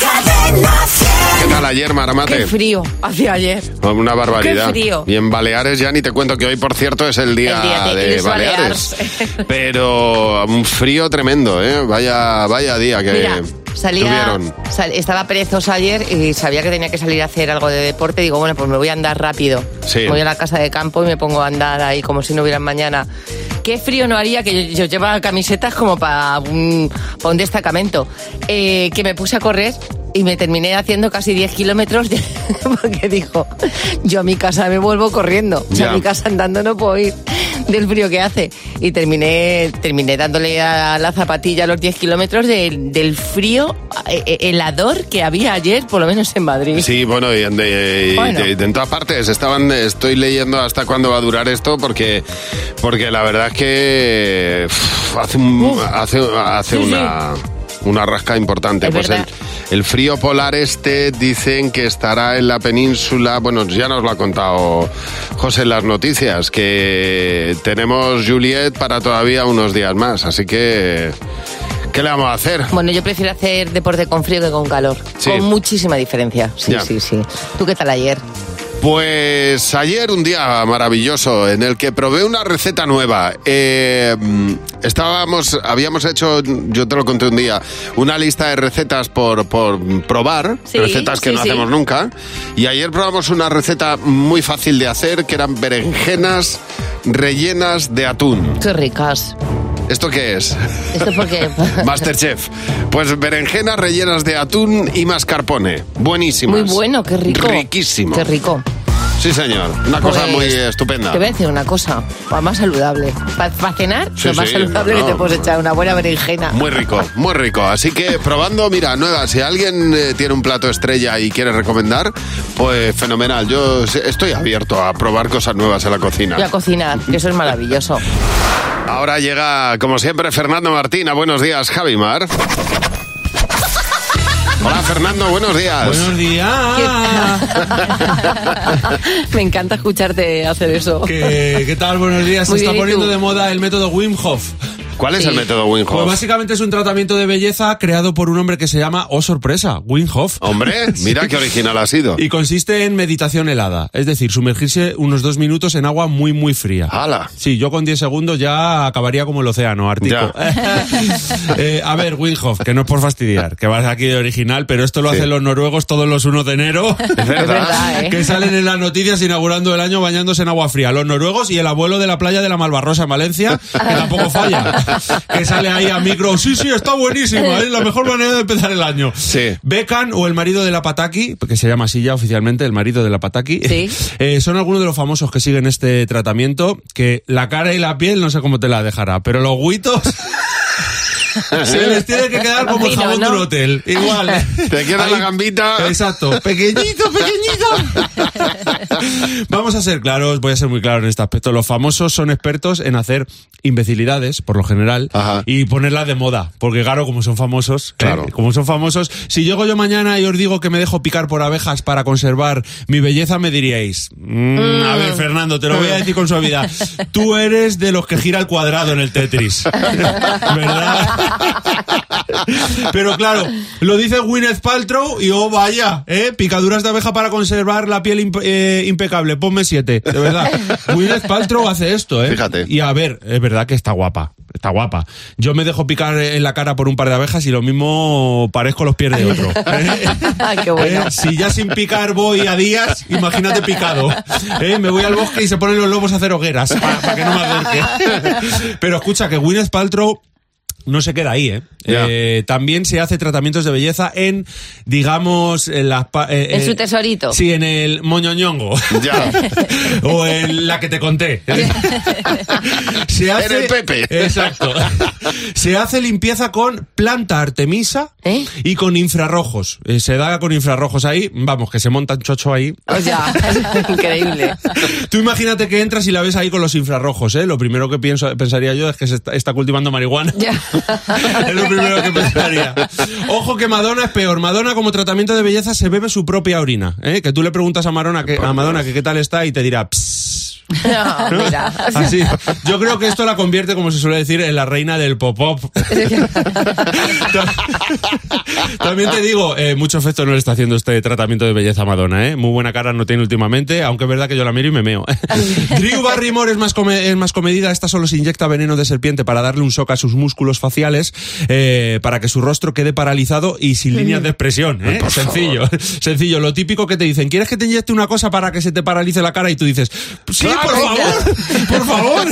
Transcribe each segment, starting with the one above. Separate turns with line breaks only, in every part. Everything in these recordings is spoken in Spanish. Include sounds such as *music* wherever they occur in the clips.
Cadena 100.
¿Qué tal ayer, Maramate?
Qué frío hacía ayer.
Una barbaridad.
Qué frío.
Y en Baleares ya ni te cuento que hoy, por cierto, es el día,
El día de
Eh,
Iris
Baleares. Pero un frío tremendo, ¿eh? Vaya, vaya día que
Mira, salía,
tuvieron.
sal- estaba perezosa ayer y sabía que tenía que salir a hacer algo de deporte. Digo, bueno, pues me voy a andar rápido.
Sí.
Voy a la casa de campo y me pongo a andar ahí como si no hubiera mañana. Qué frío no haría que yo, yo llevaba camisetas como para un, pa un destacamento. Eh, que me puse a correr y me terminé haciendo casi 10 kilómetros *laughs* de- porque dijo, yo a mi casa me vuelvo corriendo. O sea,
Ya.
a mi casa *laughs* andando no puedo ir del frío que hace. Y terminé, terminé dándole a la zapatilla los 10 kilómetros del, del frío eh, eh, helador que había ayer, por lo menos en Madrid.
Sí, bueno, y en, de- y-
Bueno.
y en todas partes. Estaban, estoy leyendo hasta cuándo va a durar esto porque, porque la verdad es que uf, hace, un- hace, hace
Sí, sí.
una, una rasca importante.
Es
pues el,
verdad.
el frío polar este dicen que estará en la península. Bueno, ya nos lo ha contado José en las noticias, que tenemos Juliet para todavía unos días más. Así que, ¿qué le vamos a hacer?
Bueno, yo prefiero hacer deporte con frío que con calor.
Sí.
Con muchísima diferencia. Sí,
Ya.
sí, sí. ¿Tú qué tal ayer?
Pues ayer un día maravilloso en el que probé una receta nueva. Eh, estábamos, habíamos hecho, yo te lo conté un día, una lista de recetas por, por probar,
Sí,
recetas que
sí,
no
sí.
hacemos nunca. Y ayer probamos una receta muy fácil de hacer, que eran berenjenas rellenas de atún.
Qué ricas.
¿Esto qué
*laughs*
es?
Esto
*laughs*
es porque...
Masterchef. Pues berenjenas rellenas de atún y mascarpone. Buenísimas.
Muy bueno, qué rico.
Riquísimo.
Qué rico.
Sí, señor. Una cosa
Pues,
muy estupenda.
Te voy a decir una cosa, va más saludable. Para cenar,
Sí,
lo más
sí,
saludable
no,
que te
no.
puedes echar una buena berenjena.
Muy rico, muy rico. Así que probando, mira, nueva. Si alguien eh, tiene un plato estrella y quiere recomendar, pues fenomenal. Yo se- estoy abierto a probar cosas nuevas en la cocina.
Y a cocinar, que eso es maravilloso.
Ahora llega, como siempre, Fernando Martina. Buenos días, Javi Mar. Hola, Fernando, buenos días.
Buenos días.
*laughs* Me encanta escucharte hacer eso.
Eh, ¿Qué, qué tal? Buenos días. Se
Muy
está
bien, ¿y
poniendo
tú?
de moda el método Wim Hof.
¿Cuál es
Sí.
el método Wim
Pues
Hof?
básicamente es un tratamiento de belleza creado por un hombre que se llama, oh sorpresa, Wim Hof. *laughs*
Hombre, mira qué original ha sido.
Y consiste en meditación helada, es decir, sumergirse unos dos minutos en agua muy, muy fría.
¡Hala!
Sí, yo con 10 segundos ya acabaría como el océano ártico. Eh, a ver, Winhoff, que no es por fastidiar, que vas aquí de original, pero esto lo
Sí.
hacen los noruegos todos los 1 de enero.
Es
*laughs*
Es
verdad.
verdad, ¿eh?
que salen en las noticias inaugurando el año bañándose en agua fría. Los noruegos y el abuelo de la playa de la Malvarrosa en Valencia, que tampoco falla. Que sale ahí a micro. Sí, sí, está buenísima. Es la mejor manera de empezar el año.
Sí.
Beckham o el marido de la Pataki, que se llama así ya oficialmente, el marido de la Pataki.
Sí.
*laughs* eh, son algunos de los famosos que siguen este tratamiento. Que la cara y la piel no sé cómo te la dejará, pero los guitos.
*laughs*
Se les tiene que quedar como el
Fino,
jabón
¿no?
de un hotel. Igual. ¿eh?
Te queda la
Ahí-
gambita.
Exacto, pequeñito, pequeñito. Vamos a ser claros, voy a ser muy claro en este aspecto. Los famosos son expertos en hacer imbecilidades, por lo general,
Ajá.
y ponerlas de moda. Porque, claro, como son famosos, ¿eh?
Claro.
como son famosos, si llego yo mañana y os digo que me dejo picar por abejas para conservar mi belleza, me diríais, "Mm, a ver, Fernando, te lo voy a decir con
*laughs*
suavidad. Tú eres de los que gira el cuadrado en el Tetris. ¿Verdad? Pero claro, lo dice Gwyneth Paltrow y oh vaya, ¿eh? picaduras de abeja para conservar la piel imp- eh, impecable. Ponme siete, de verdad. Gwyneth Paltrow hace esto, ¿eh?
Fíjate.
Y a ver, es verdad que está guapa, está guapa. Yo me dejo picar en la cara por un par de abejas y lo mismo parezco los pies de otro.
*laughs* *laughs* Ah, qué bueno.
Eh, Si ya sin picar voy a días, imagínate picado. Eh, Me voy al bosque y se ponen los lobos a hacer hogueras para, que no me acerque. Pero escucha, que Gwyneth Paltrow no se queda ahí, ¿eh?
Ya.
Eh, También se hace tratamientos de belleza en, digamos, en las... pa- eh,
En
eh,
su tesorito.
Sí, en el moñoñongo.
Ya.
*laughs* o en la que te
*laughs*
conté. se hace,
En el Pepe.
Exacto. se hace limpieza con planta artemisa
¿Eh?
y con infrarrojos. Eh, se da con infrarrojos ahí, vamos, que se montan chocho ahí.
O sea, *laughs* es increíble.
*laughs* Tú imagínate que entras y la ves ahí con los infrarrojos, ¿eh? Lo primero que pienso, pensaría yo es que se está, está cultivando marihuana.
Ya.
es *laughs* lo primero que pensaría. Ojo que Madonna es peor. Madonna como tratamiento de belleza se bebe su propia orina. ¿eh? Que tú le preguntas a, Marona que, a Madonna que qué tal está y te dirá... "Psst".
No, mira.
Así. Ah, Yo creo que esto la convierte, como se suele decir, en la reina del pop-up. También te digo, eh, mucho efecto no le está haciendo este
*laughs*
tratamiento de belleza a Madonna, ¿eh? Muy buena cara no tiene últimamente, aunque es verdad que yo la miro y
*laughs*
me meo. Drew Barrymore es más, come- es más comedida, esta solo se inyecta veneno de serpiente para darle un shock a sus músculos faciales, eh, para que su rostro quede paralizado y sin líneas de expresión, ¿eh? Sencillo, *laughs* sencillo. Lo típico que te dicen, ¿quieres que te inyecte una cosa para que se te paralice la cara? Y tú dices, sí, por favor, por favor.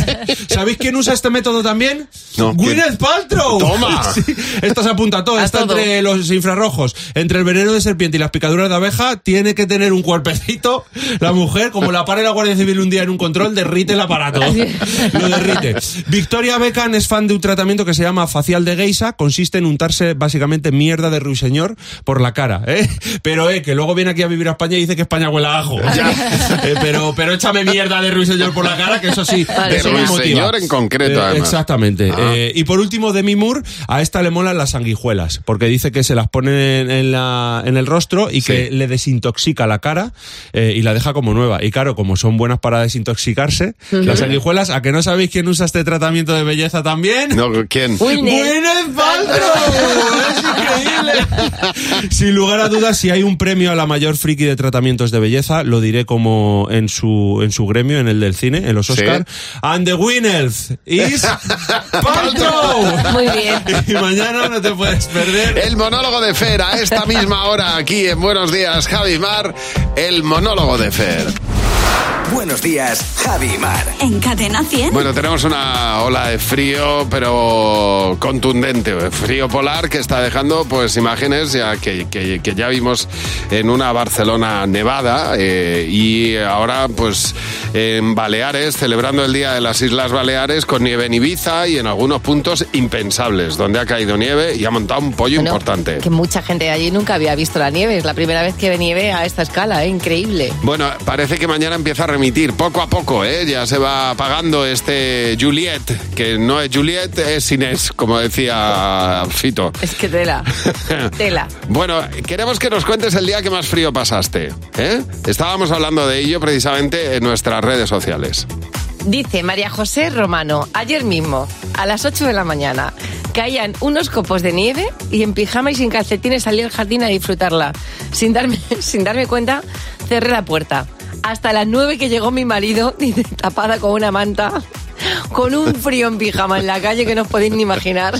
¿Sabéis quién usa este método también?
No, ¿quién?
Gwyneth Paltrow.
Toma.
Sí, esta se apunta a todo.
A
Esta
todo.
entre los infrarrojos, entre el veneno de serpiente y las picaduras de abeja, tiene que tener un cuerpecito. La mujer, como la pare la Guardia Civil un día en un control, derrite el aparato. Lo derrite. Victoria Beckham es fan de un tratamiento que se llama facial de geisa. Consiste en untarse básicamente mierda de ruiseñor por la cara. ¿eh? Pero eh, que luego viene aquí a vivir a España y dice que España huele a ajo. Eh, pero, pero échame mierda de ruiseñor por la cara, que eso
*laughs*
sí.
Vale,
eso
De
me motiva. Eh,
ruiseñor en concreto, además.
Exactamente.
Ah.
Eh, y por último, Demi Moore, a esta le molan las sanguijuelas, porque dice que se las pone en, en la- en el rostro y que le desintoxica la cara eh, y la deja como nueva. Y claro, como son buenas para desintoxicarse, las sanguijuelas, ¿a que no sabéis quién usa este tratamiento de belleza también?
No, ¿quién?
Winner.
¡Gwyneth Paltrow! ¡Es increíble! Sin lugar a dudas, si hay un premio a la mayor friki de tratamientos de belleza, lo diré como en su, en su gremio, en el del cine, en los
Sí.
Oscar. And the Gwyneth
*laughs*
is Paltrow!
Muy bien.
Y mañana no te puedes perder.
El monólogo de Fer a esta misma hora aquí en Buenos Días, Javi Mar. El monólogo de Fer.
Buenos días, Javi Mar.
En Cadena 100.
Bueno, tenemos una ola de frío, pero contundente. Frío polar que está dejando, pues, imágenes ya que, que- que ya vimos en una Barcelona nevada. eh, y ahora, pues, en Baleares, celebrando el Día de las Islas Baleares con nieve en Ibiza y en algunos puntos impensables, donde ha caído nieve y ha montado un pollo
Bueno,
importante.
Que mucha gente de allí nunca había visto la nieve. Es la primera vez que ve nieve a esta escala, ¿eh? increíble.
Bueno, parece que mañana empieza a remitir poco a poco, ¿eh? Ya se va apagando este Juliet, que no es Juliet, es Inés, como decía Fito. *laughs*
Es que tela. tela.
Bueno, queremos que nos cuentes el día que más frío pasaste. ¿eh? Estábamos hablando de ello precisamente en nuestras redes sociales.
Dice María José Romano, ayer mismo, a las 8 de la mañana, caían unos copos de nieve y en pijama y sin calcetines salí al jardín a disfrutarla. Sin darme, *laughs* sin darme cuenta, cerré la puerta. Hasta las 9 que llegó mi marido, *laughs* dice, tapada con una manta, con un frío en pijama en la calle que no os podéis ni imaginar.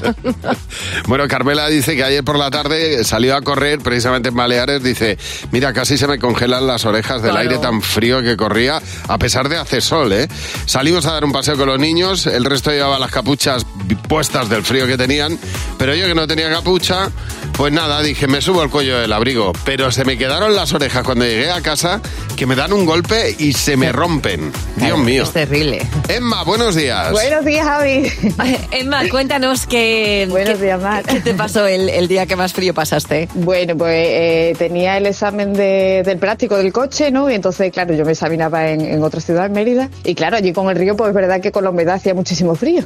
Bueno, Carmela dice que ayer por la tarde salió a correr precisamente en Baleares. Dice, mira, casi se me congelan las orejas del
Claro.
aire tan frío que corría, a pesar de hacer sol, ¿eh? Salimos a dar un paseo con los niños, el resto llevaba las capuchas puestas del frío que tenían, pero yo que no tenía capucha, pues nada, dije, me subo al cuello del abrigo. Pero se me quedaron las orejas cuando llegué a casa, que me dan un golpe y se me rompen. Dios mío.
*laughs* Es terrible.
Emma, buenos días.
Buenos días, Javi.
*laughs* Emma, cuéntanos qué,
Buenos
qué-
días, Mar.
qué te pasó el, el día que más frío pasaste.
Bueno, pues eh, tenía el examen de- del práctico del coche, ¿no? Y entonces, claro, yo me examinaba en, en otra ciudad, en Mérida. Y claro, allí con el río, pues es verdad que con la humedad hacía muchísimo frío.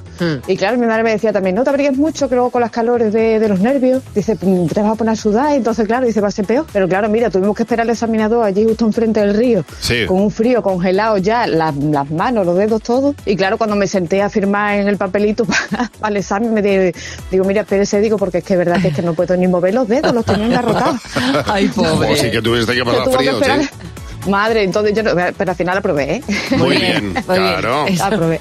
Y claro, mi madre me decía también, no te abrigues mucho, que luego con las calores de, de los nervios, dice, "Mm, te vas a poner a sudar. Entonces, claro, dice, va a ser peor. Pero claro, mira, tuvimos que esperar al examinador allí justo enfrente del río,
Sí.
con un frío congelado ya, las, las manos, los dedos, todo. Y claro, cuando me senté a firmar en el papelito *laughs* para, para el examen, me di- digo, mira, espérese, digo, porque es que es verdad que es que no puedo ni mover los dedos, los tenía
*laughs*
engarrotados.
Ay, pobre.
Oh, sí que tuviste que
Yo
pasar
tuve que
frío,
esperar-
sí.
Madre, entonces yo no, pero al final aprobé, ¿eh? *laughs*
Muy bien,
muy bien.
claro.
Eso-
aprobé.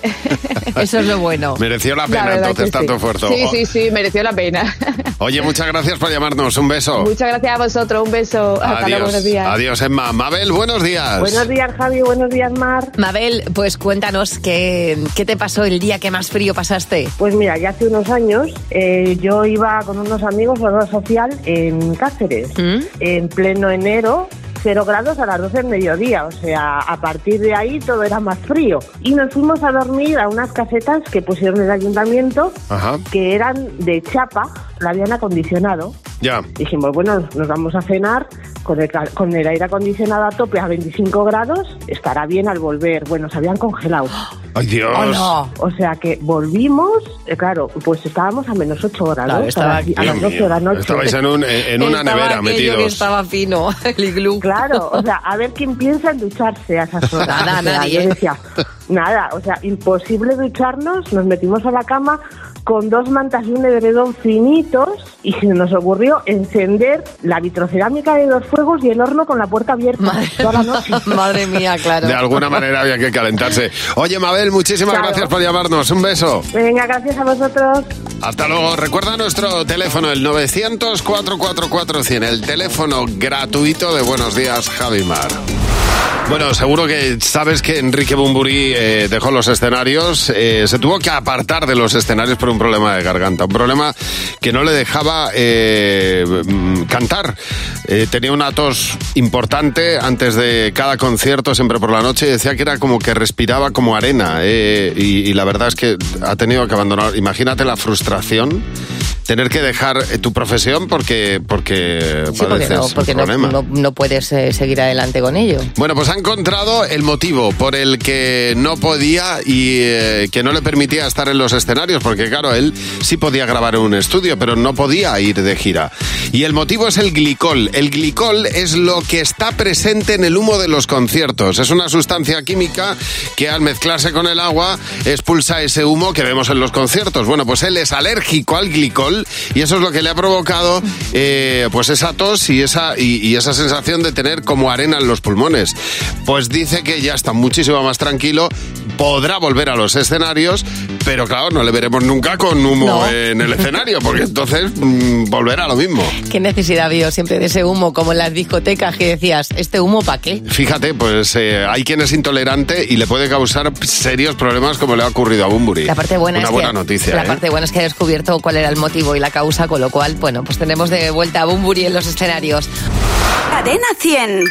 Eso es lo bueno.
Mereció la
La
pena
verdad
entonces
que
tanto
sí.
esfuerzo.
Sí,
O-
sí, sí, mereció la pena.
Oye, muchas gracias por llamarnos. Un beso.
Muchas gracias a vosotros, un beso. Hasta luego, buenos días.
Adiós, Emma. Mabel, buenos días.
Buenos días, Javi. Buenos días, Mar.
Mabel, pues cuéntanos qué, qué te pasó el día que más frío pasaste.
Pues mira, ya hace unos años eh, yo iba con unos amigos a una social en Cáceres,
¿Mm?
en pleno enero, cero grados a las 12 del mediodía. O sea, a partir de ahí todo era más frío. Y nos fuimos a dormir a unas casetas que pusieron el ayuntamiento,
Ajá.
que eran de chapa, la habían acondicionado.
Ya.
Dijimos, bueno, nos vamos a cenar con el, cal- con el aire acondicionado a tope a 25 grados, estará bien al volver. Bueno, se habían congelado.
¡Ay, Dios!
Oh,
Oh, O sea que volvimos, eh, claro, pues estábamos a menos 8 grados,
Claro,
a
estaba
las- a
Dios
las 12 de
mío,
la noche.
Estabais en, un- eh, en una
Estaba
nevera
aquello que
metidos.
estaba fino, *laughs* el iglú.
Claro, o sea, a ver quién piensa en ducharse a esas horas.
Nada,
O sea,
nadie.
Yo decía, nada, o sea, imposible ducharnos, nos metimos a la cama con dos mantas y un edredón finitos y se nos ocurrió encender la vitrocerámica de dos fuegos y el horno con la puerta abierta
Madre,
toda la noche.
*laughs* madre mía, claro.
De alguna manera había que calentarse. Oye, Mabel, muchísimas
Claro.
gracias por llamarnos. Un beso.
Venga, gracias a vosotros.
Hasta luego. Recuerda nuestro teléfono, el 900-444-100, el teléfono gratuito de Buenos Días, Javimar. Bueno, seguro que sabes que Enrique Bumburi eh, dejó los escenarios, eh, se tuvo que apartar de los escenarios por un problema de garganta, un problema que no le dejaba eh, mm, cantar. Eh, tenía una tos importante antes de cada concierto, siempre por la noche, y decía que era como que respiraba como arena. eh, y, y la verdad es que ha tenido que abandonar. Imagínate la frustración. Tener que dejar eh, tu profesión porque, porque
Sí, porque no,
padeces
porque no,
problema.
no- no puedes eh, seguir adelante con ello.
Bueno, pues ha encontrado el motivo por el que no podía y eh, que no le permitía estar en los escenarios, porque claro, él sí podía grabar en un estudio, pero no podía ir de gira. Y el motivo es el glicol. El glicol es lo que está presente en el humo de los conciertos. Es una sustancia química que al mezclarse con el agua expulsa ese humo que vemos en los conciertos. Bueno, pues él es alérgico al glicol y eso es lo que le ha provocado eh, pues esa tos y esa, y, y esa sensación de tener como arena en los pulmones. Pues dice que ya está muchísimo más tranquilo, podrá volver a los escenarios, pero claro, no le veremos nunca con humo
No.
en el escenario, porque entonces mm, volverá lo mismo.
¿Qué necesidad vio siempre de ese humo? Como en las discotecas que decías, ¿este humo para qué?
Fíjate, pues eh, hay quien es intolerante y le puede causar serios problemas como le ha ocurrido a Bumburi.
La parte buena
Una
es
buena
que,
noticia.
La
¿eh?
parte buena es que ha descubierto cuál era el motivo y la causa, con lo cual, bueno, pues tenemos de vuelta a Bumburi en los escenarios.
Cadena 100.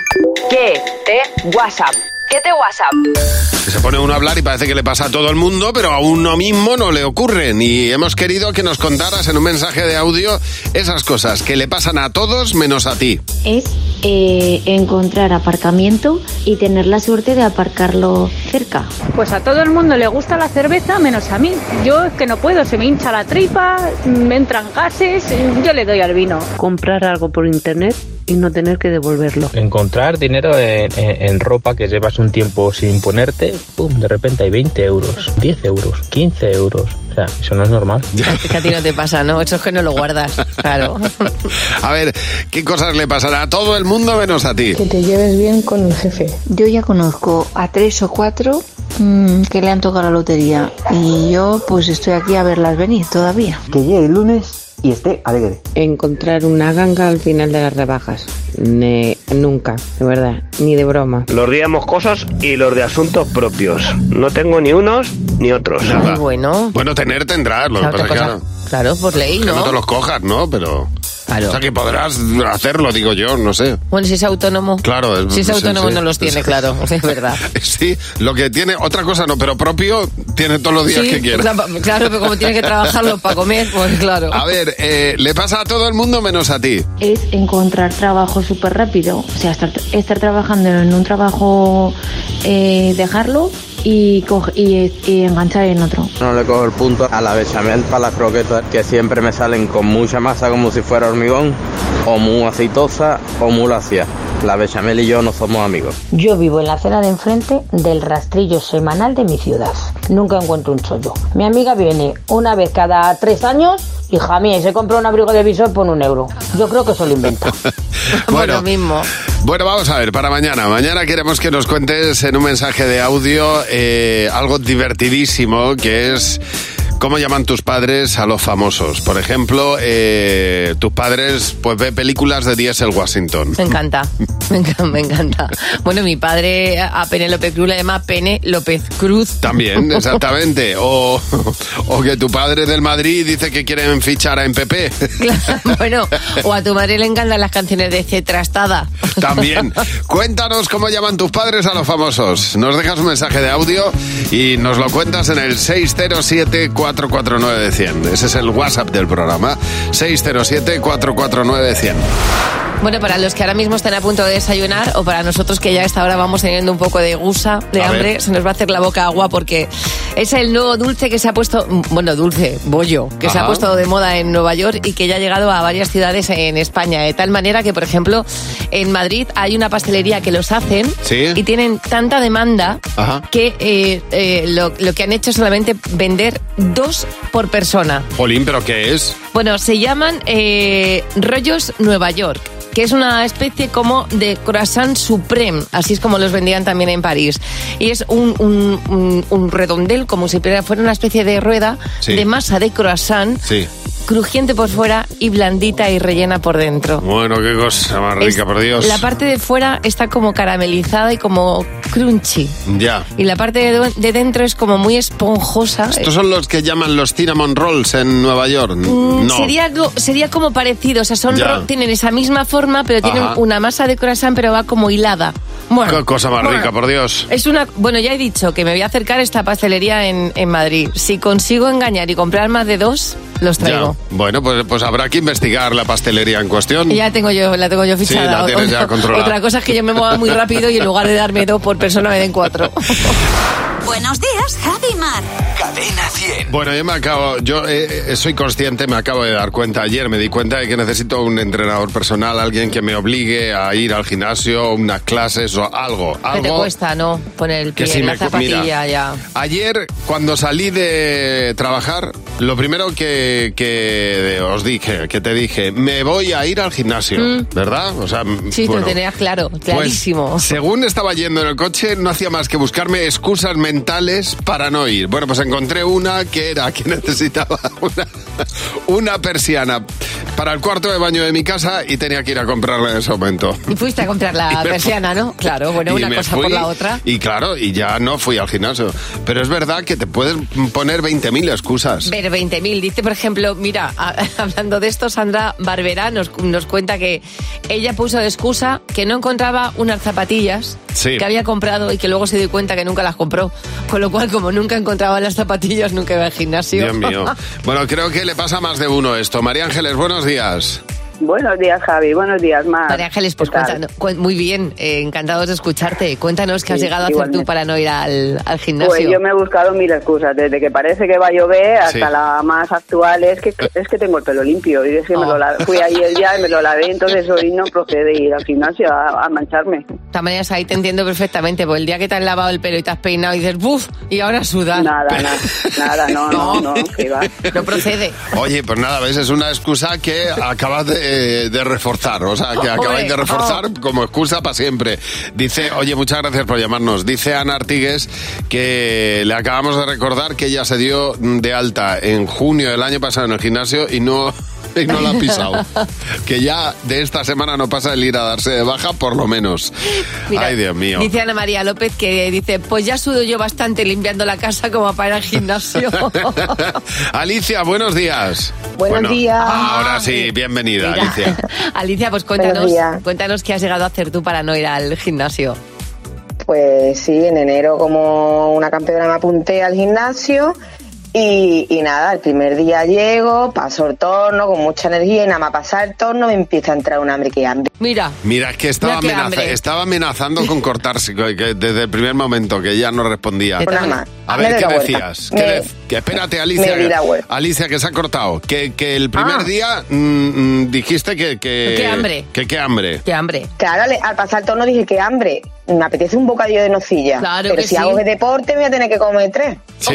¿Qué te WhatsApp? ¿Qué te WhatsApp?
Que Se pone uno a hablar y parece que le pasa a todo el mundo, pero a uno mismo no le ocurren. Y hemos querido que nos contaras en un mensaje de audio esas cosas que le pasan a todos menos a ti.
es eh, encontrar aparcamiento y tener la suerte de aparcarlo cerca.
Pues a todo el mundo le gusta la cerveza, menos a mí. Yo es que no puedo, se me hincha la tripa, me entran gases, yo le doy al vino.
comprar algo por internet y no tener que devolverlo.
Encontrar dinero en, en- en ropa que llevas un tiempo sin ponerte, pum, de repente hay 20 euros, 10 euros, 15 euros. O sea, eso no es normal.
Es que a ti no te pasa, ¿no? Eso es que no lo guardas, claro.
A ver, ¿qué cosas le pasará a todo el mundo menos a ti?
te lleves bien con el jefe.
Yo ya conozco a tres o cuatro mm, que le han tocado la lotería y yo pues estoy aquí a verlas venir todavía.
Que llegue el lunes y esté alegre. Encontrar una ganga al final de las rebajas. nunca, de verdad, ni de broma.
Los de moscosos y los de asuntos propios. No tengo ni unos ni otros.
Muy bueno.
Bueno, tener tendrás, lo que
Claro,
pasa
te
es que,
cosa-
claro,
claro, por ley,
que no te
¿no?
los cojas, ¿no? Pero.
Claro.
O sea, que podrás hacerlo, digo yo, no sé.
Bueno, si es autónomo.
Claro, es-
Si es
sí,
autónomo
sí.
no los tiene, claro. *laughs* Es verdad.
*laughs* Sí, lo que tiene, otra cosa no, pero propio, tiene todos los días
Sí,
que quiera.
claro, claro, pero como
*laughs*
tiene que trabajarlo para comer, pues claro.
A ver, eh, le pasa a todo el mundo menos a ti.
Es encontrar trabajo súper rápido, o sea, estar, estar trabajando en un trabajo, eh, dejarlo y, coge- y, y enganchar en otro.
No le cojo el punto a la bechamel para las croquetas que siempre me salen con mucha masa como si fuera hormigón o muy aceitosa o muy lacia. La bechamel y yo no somos amigos.
Yo vivo en la acera de enfrente del rastrillo semanal de mi ciudad. Nunca encuentro un chollo. Mi amiga viene una vez cada tres años. Hija mía, y se compra un abrigo de visor por un euro. Yo creo que eso lo inventa.
Bueno,
mismo.
Bueno, vamos a ver, para mañana. Mañana queremos que nos cuentes en un mensaje de audio eh, algo divertidísimo que es... ¿Cómo llaman tus padres a los famosos? Por ejemplo, eh, tus padres pues ve películas de Diesel Washington.
Me encanta. Me encanta, me encanta. Bueno, mi padre a Penélope Cruz la llama Pene López Cruz.
También,
*laughs*
exactamente. O, o que tu padre del Madrid dice que quieren fichar a MPP.
*laughs* bueno, o a tu madre le encantan las canciones de C. Trastada.
*laughs* También. Cuéntanos cómo llaman tus padres a los famosos. Nos dejas un mensaje de audio y nos lo cuentas en el 607-449-100. Ese es el WhatsApp del programa. 607-449-100.
Bueno, para los que ahora mismo están a punto de desayunar o para nosotros que ya a esta hora vamos teniendo un poco de gusa, de
A ver.
hambre, se nos va a hacer la boca agua porque es el nuevo dulce que se ha puesto, bueno, dulce, bollo, que se
Ajá.
ha
Pues
puesto de moda en Nueva York y que ya ha llegado a varias ciudades en España. De tal manera que, por ejemplo, en Madrid hay una pastelería que los hacen
Sí.
y tienen tanta demanda
Ajá.
que eh, eh, lo, lo que han hecho es solamente vender dos por persona.
Jolín, ¿pero qué es?
Bueno, se llaman eh, rollos Nueva York, que es una especie como de croissant supreme, así es como los vendían también en París. Y es un, un- un- un redondel, como si fuera una especie de rueda
Sí.
de masa de croissant,
Sí.
crujiente por fuera y blandita y rellena por dentro.
Bueno, qué cosa más
Es-
rica, por Dios.
La parte de fuera está como caramelizada y como crunchy.
Ya.
Y la parte de, duen- de dentro es como muy esponjosa.
Estos son los que llaman los cinnamon rolls en Nueva York. No.
Mm, Sería, algo- sería como parecido, o sea, son
Ya.
ro- tienen esa misma forma, pero tienen
Ajá.
una masa de croissant, pero va como hilada. Bueno,
Qué cosa más
bueno.
rica, por Dios.
Es una, bueno, ya he dicho que me voy a acercar a esta pastelería en, en Madrid. Si consigo engañar y comprar más de dos, los traigo.
Ya. Bueno, pues, pues habrá que investigar la pastelería en cuestión.
Ya, tengo yo, la tengo yo
Sí,
fichada.
la tienes ya
Otra-
controlada.
Otra cosa es que yo me mueva muy rápido y en lugar de darme dos por persona me den
*laughs*
cuatro.
Buenos días, Javi y Mar. Cadena 100.
Bueno, yo me acabo, yo eh, eh, soy consciente, me acabo de dar cuenta ayer, me di cuenta de que necesito un entrenador personal, alguien que me obligue a ir al gimnasio, unas clases o algo,
Que te
algo.
cuesta, ¿no? Poner el
Que
pie
sí
en la
me cu- mira.
zapatilla ya.
Ayer cuando salí de trabajar, lo primero que, que os dije, que te dije, me voy a ir al gimnasio,
Mm.
¿verdad? O sea,
Sí,
bueno.
te lo tenías claro,
Pues,
clarísimo.
según estaba yendo en el coche, no hacía más que buscarme excusas mentales para no ir. Bueno, pues encontré una que era que *laughs* necesitaba una, una persiana para el cuarto de baño de mi casa y tenía que ir a comprarla en ese momento.
Y fuiste a comprar la
me
persiana, ¿no? Claro, bueno,
Y
una
me
cosa por
fui,
la otra.
Y claro, y ya no fui al gimnasio. Pero es verdad que te puedes poner 20.000 excusas.
Ver 20.000. Dice, por ejemplo, mira, a- *laughs* hablando de esto, Sandra Barberá nos, nos cuenta que ella puso de excusa que no encontraba unas zapatillas
Sí.
que había comprado y que luego se dio cuenta que nunca las compró. Con lo cual, como nunca encontraba las zapatillas, nunca iba al gimnasio.
Dios
*laughs*
mío. Bueno, creo que le pasa a más de uno esto. María Ángeles, buenos días.
Buenos días, Javi. Buenos días, Mar.
María Ángeles, pues cuéntanos. cuen- muy bien, eh, encantados de escucharte. Cuéntanos qué has
Sí,
llegado a hacer tú
igualmente.
para no ir al, al gimnasio.
Pues yo me he buscado mil excusas, desde que parece que va a llover hasta
Sí.
la más actual, es que es que tengo el pelo limpio y es que me lo la- fui ayer ya y me lo lavé, entonces hoy no procede ir al gimnasio a, a mancharme.
De todas maneras, ahí te entiendo perfectamente, porque el día que te has lavado el pelo y te has peinado y dices, ¡buf! Y ahora sudas. Nada, *laughs*
nada, nada, no, no, no,
No procede.
Oye, pues nada, ¿ves? Es una excusa que acabas de, eh, de reforzar. O sea, que acabáis de
Hombre,
reforzar como excusa para siempre. Dice, oye, muchas gracias por llamarnos. Dice Ana Artigues que le acabamos de recordar que ella se dio de alta en junio del año pasado en el gimnasio y no, y no la ha
*laughs*
pisado. que ya de esta semana no pasa el ir a darse de baja, por lo menos.
Mira,
Ay, Dios mío.
Dice Ana María López que dice, pues ya sudo yo bastante limpiando la casa como para ir
*laughs*
al gimnasio.
*laughs* Alicia, buenos días.
Buenos días.
Ahora sí, bienvenida,
Mira.
Alicia.
Alicia, pues
Buenos
cuéntanos,
días.
cuéntanos qué has llegado a hacer tú para no ir al gimnasio.
Pues sí, en enero como una campeona me apunté al gimnasio y, y nada, el primer día llego, paso el torno con mucha energía y nada más pasar el torno me empieza a entrar un hambre que hambre.
Mira.
Mira, es que
Mira
estaba,
qué
amenaza-
hambre.
estaba amenazando con cortarse que- que desde el primer momento, que ya no respondía.
De todas maneras,
A
me
ver,
doy
¿qué
la vuelta.
decías? ¿Qué
Me-
dec- que espérate, Alicia.
me di la vuelta.
Alicia, que se ha cortado. Que, que el primer
Ah.
día mm, mm, dijiste que... que
Qué hambre.
Que qué hambre.
Qué hambre.
Claro, al, al pasar el torno dije que hambre, me apetece un bocadillo de nocilla.
Claro
pero
que
si
sí.
hago deporte voy a tener que comer tres.
Sí.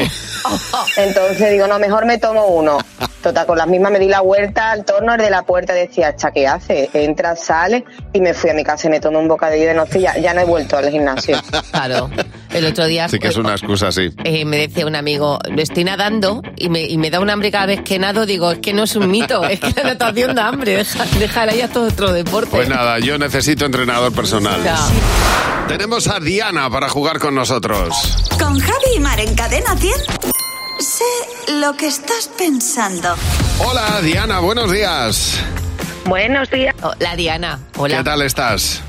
Entonces digo, no, mejor me tomo uno. Total, con las mismas me di la vuelta al torno, el de la puerta decía, cha, ¿qué hace? Entra, sale y me fui a mi casa y me tomé un bocadillo de nocilla. Ya no he vuelto al gimnasio.
Claro. El otro
Oh.
día
Sí que es una excusa, sí.
eh, me decía un amigo, lo estoy nadando y me, y me da un hambre cada vez que nado. Digo, es que no es un mito, es que la natación da hambre. Deja, déjala ya todo otro deporte.
Pues nada, yo necesito entrenador personal. Tenemos a Diana para jugar con nosotros.
Con Javi y Mar en Cadena 100. Sé lo que estás pensando.
Hola Diana, buenos días.
Buenos días. Hola, Oh, Diana. Hola.
¿Qué tal estás?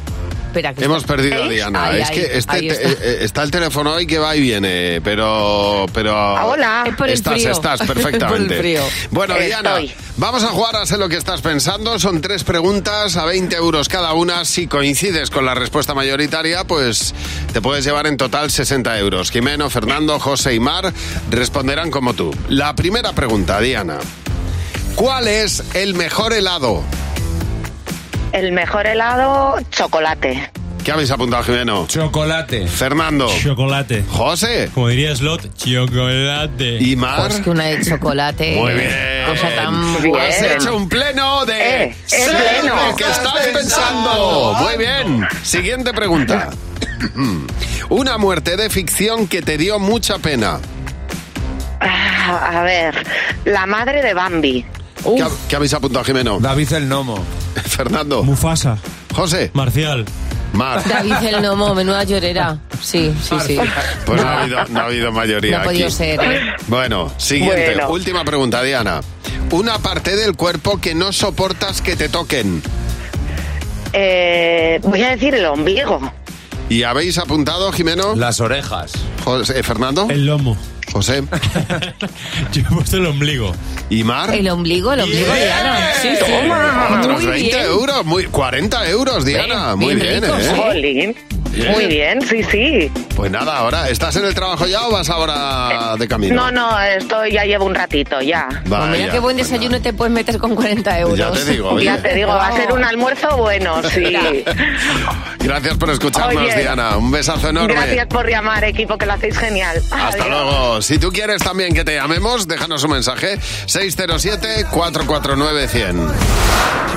Espera, que
Hemos
está-
perdido a Diana.
Ahí,
es
ahí,
que este-
ahí está.
eh, eh, está el teléfono hoy que va y viene, pero... pero
Ah, Hola. *laughs* Es por el
estás,
frío.
estás,
Por el
perfectamente.
frío.
Bueno,
Estoy.
Diana, vamos a jugar a Sé lo que estás pensando. Son tres preguntas a 20 euros cada una. Si coincides con la respuesta mayoritaria, pues te puedes llevar en total 60 euros. Jimeno, Fernando, José y Mar responderán como tú. La primera pregunta, Diana. ¿Cuál es el mejor helado?
El mejor helado, chocolate.
¿Qué habéis apuntado, Jimeno? Chocolate. Fernando. Chocolate. José. Como diría Slot, chocolate. Y Mar.
Pues que una de chocolate.
Muy bien. Pues
Cosa tan
Has hecho un pleno de...
Eh, es
Sé
pleno.
lo que estás pensando. Muy bien. Siguiente pregunta. *clears throat* Una muerte de ficción que te dio mucha pena.
Ah, a ver, la madre de Bambi.
¿Qué, ha- qué habéis apuntado, Jimeno? David el Nomo. *laughs* Fernando.
Mufasa.
José.
Marcial.
Mar.
David el Nomo, menuda llorera. Sí, sí, sí.
Pues no ha habido, no ha habido mayoría.
No ha podido
aquí.
ser, ¿eh?
Bueno, siguiente.
Bueno.
Última pregunta, Diana. Una parte del cuerpo que no soportas que te toquen.
Eh, voy a decir el ombligo.
¿Y habéis apuntado, Jimeno? Las orejas. José, ¿Fernando? El lomo. José. *laughs* Yo he puesto el ombligo. ¿Y Mar?
El ombligo, el ombligo de Diana. Sí, sí.
Toma, Otros
Muy
20
bien.
euros, muy, 40 euros, Diana.
Bien,
muy
bien
bien,
ricos,
¿eh?
¿eh?
Muy bien, sí, sí.
Pues nada, ahora, ¿estás en el trabajo ya o vas ahora de camino?
No, no, esto ya llevo un ratito, ya.
Vaya,
Pues mira qué buen desayuno te puedes meter con 40 euros.
Ya te digo, oye.
Ya te digo, va a ser un almuerzo
*laughs*
bueno, sí.
Gracias por escucharnos,
Oye.
Diana. Un besazo enorme.
Gracias por llamar, equipo, que lo hacéis genial.
Hasta luego. Si tú quieres también que te llamemos, déjanos un mensaje. 607-449-100.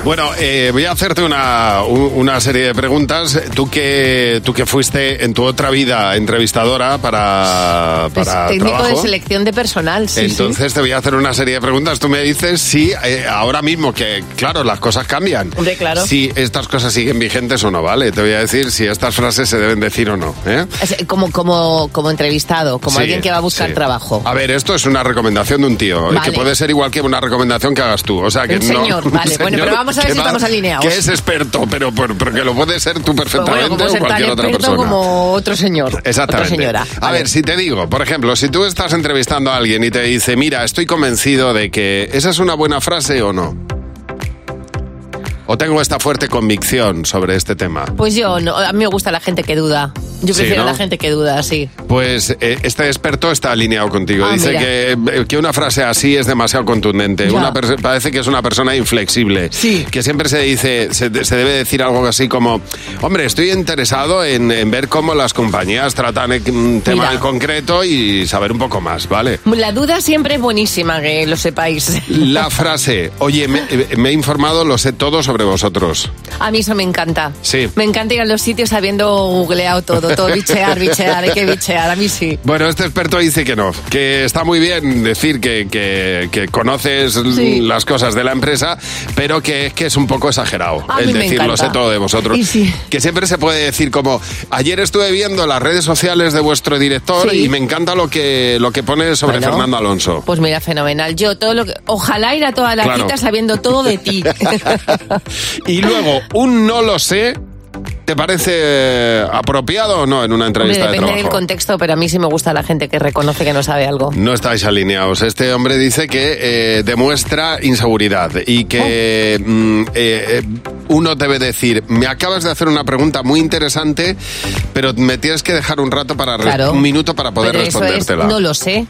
Bueno, eh, voy a hacerte una, u- una serie de preguntas. Tú que, tú que fuiste en tu otra vida entrevistadora para,
Es
para
técnico
trabajo.
de selección de personal, sí.
Entonces te voy a hacer una serie de preguntas. Tú me dices si eh, ahora mismo, que claro, las cosas cambian.
Hombre, claro.
Si estas cosas siguen vigentes o no, ¿vale? Te voy a decir si estas frases se deben decir o no. ¿eh?
sí. Es Como, como, como entrevistado, como
Sí,
alguien que va a buscar
sí.
trabajo.
A ver, esto es una recomendación de un tío. y
Vale.
Que puede ser igual que una recomendación que hagas tú. O sea que
Un
no-
señor,
*laughs* un
vale. Bueno, pero vamos a ver
que
si estamos alineados.
Que es experto, pero, pero, pero que lo puede ser tú
Pues
perfectamente
bueno, como
o
ser tan
cualquier otra
experto
persona.
como otro señor.
Exactamente.
Otra señora.
A ver, si te digo, por ejemplo, si tú estás entrevistando a alguien y te dice, mira, estoy convencido de que esa es una buena frase o no. O tengo esta fuerte convicción sobre este tema.
Pues yo, no, a mí me gusta la gente que duda. Yo
Sí,
prefiero
¿no?
la gente que duda, sí.
Pues eh, este experto está alineado contigo.
Ah,
Dice
mira.
que, que una frase así es demasiado contundente.
Ya.
Una perso- parece que es una persona inflexible. Que siempre se dice, se, de- se debe decir algo así como, hombre, estoy interesado en, en ver cómo las compañías tratan eh, un tema
Mira. Mm.
en concreto y saber un poco más, ¿vale?
La duda siempre es buenísima, que lo sepáis. *laughs*
La frase, oye, me, eh, me he informado, lo sé todo sobre vosotros.
A mí eso me encanta.
Sí.
Me encanta ir a los sitios habiendo googleado todo, todo bichear, bichear, hay que bichear, a mí sí.
Bueno, este experto dice que no, que está muy bien decir que, que- que conoces
Sí.
las cosas de la empresa, pero que es que es un poco exagerado
A mí
el
me
decir lo
encanta.
sé todo de vosotros.
Y sí.
Que siempre se puede decir como, ayer estuve viendo las redes sociales de vuestro director
Sí.
y me encanta lo que, lo que pone sobre
Bueno.
Fernando Alonso.
Pues mira, fenomenal. Yo todo lo que... Ojalá ir a toda la
Claro.
cita sabiendo todo
*laughs*
de ti.
Y luego, un no lo sé, ¿te parece apropiado o no en una
Hombre,
entrevista
depende
de
del
trabajo?
contexto, pero a mí sí me gusta la gente que reconoce que no sabe algo.
No estáis alineados. Este hombre dice que eh, demuestra inseguridad y que
Oh.
mm, eh, eh, uno debe decir, me acabas de hacer una pregunta muy interesante, pero me tienes que dejar un rato para re-
Claro.
un minuto para poder
Pero eso es,
respondértela.
no lo sé.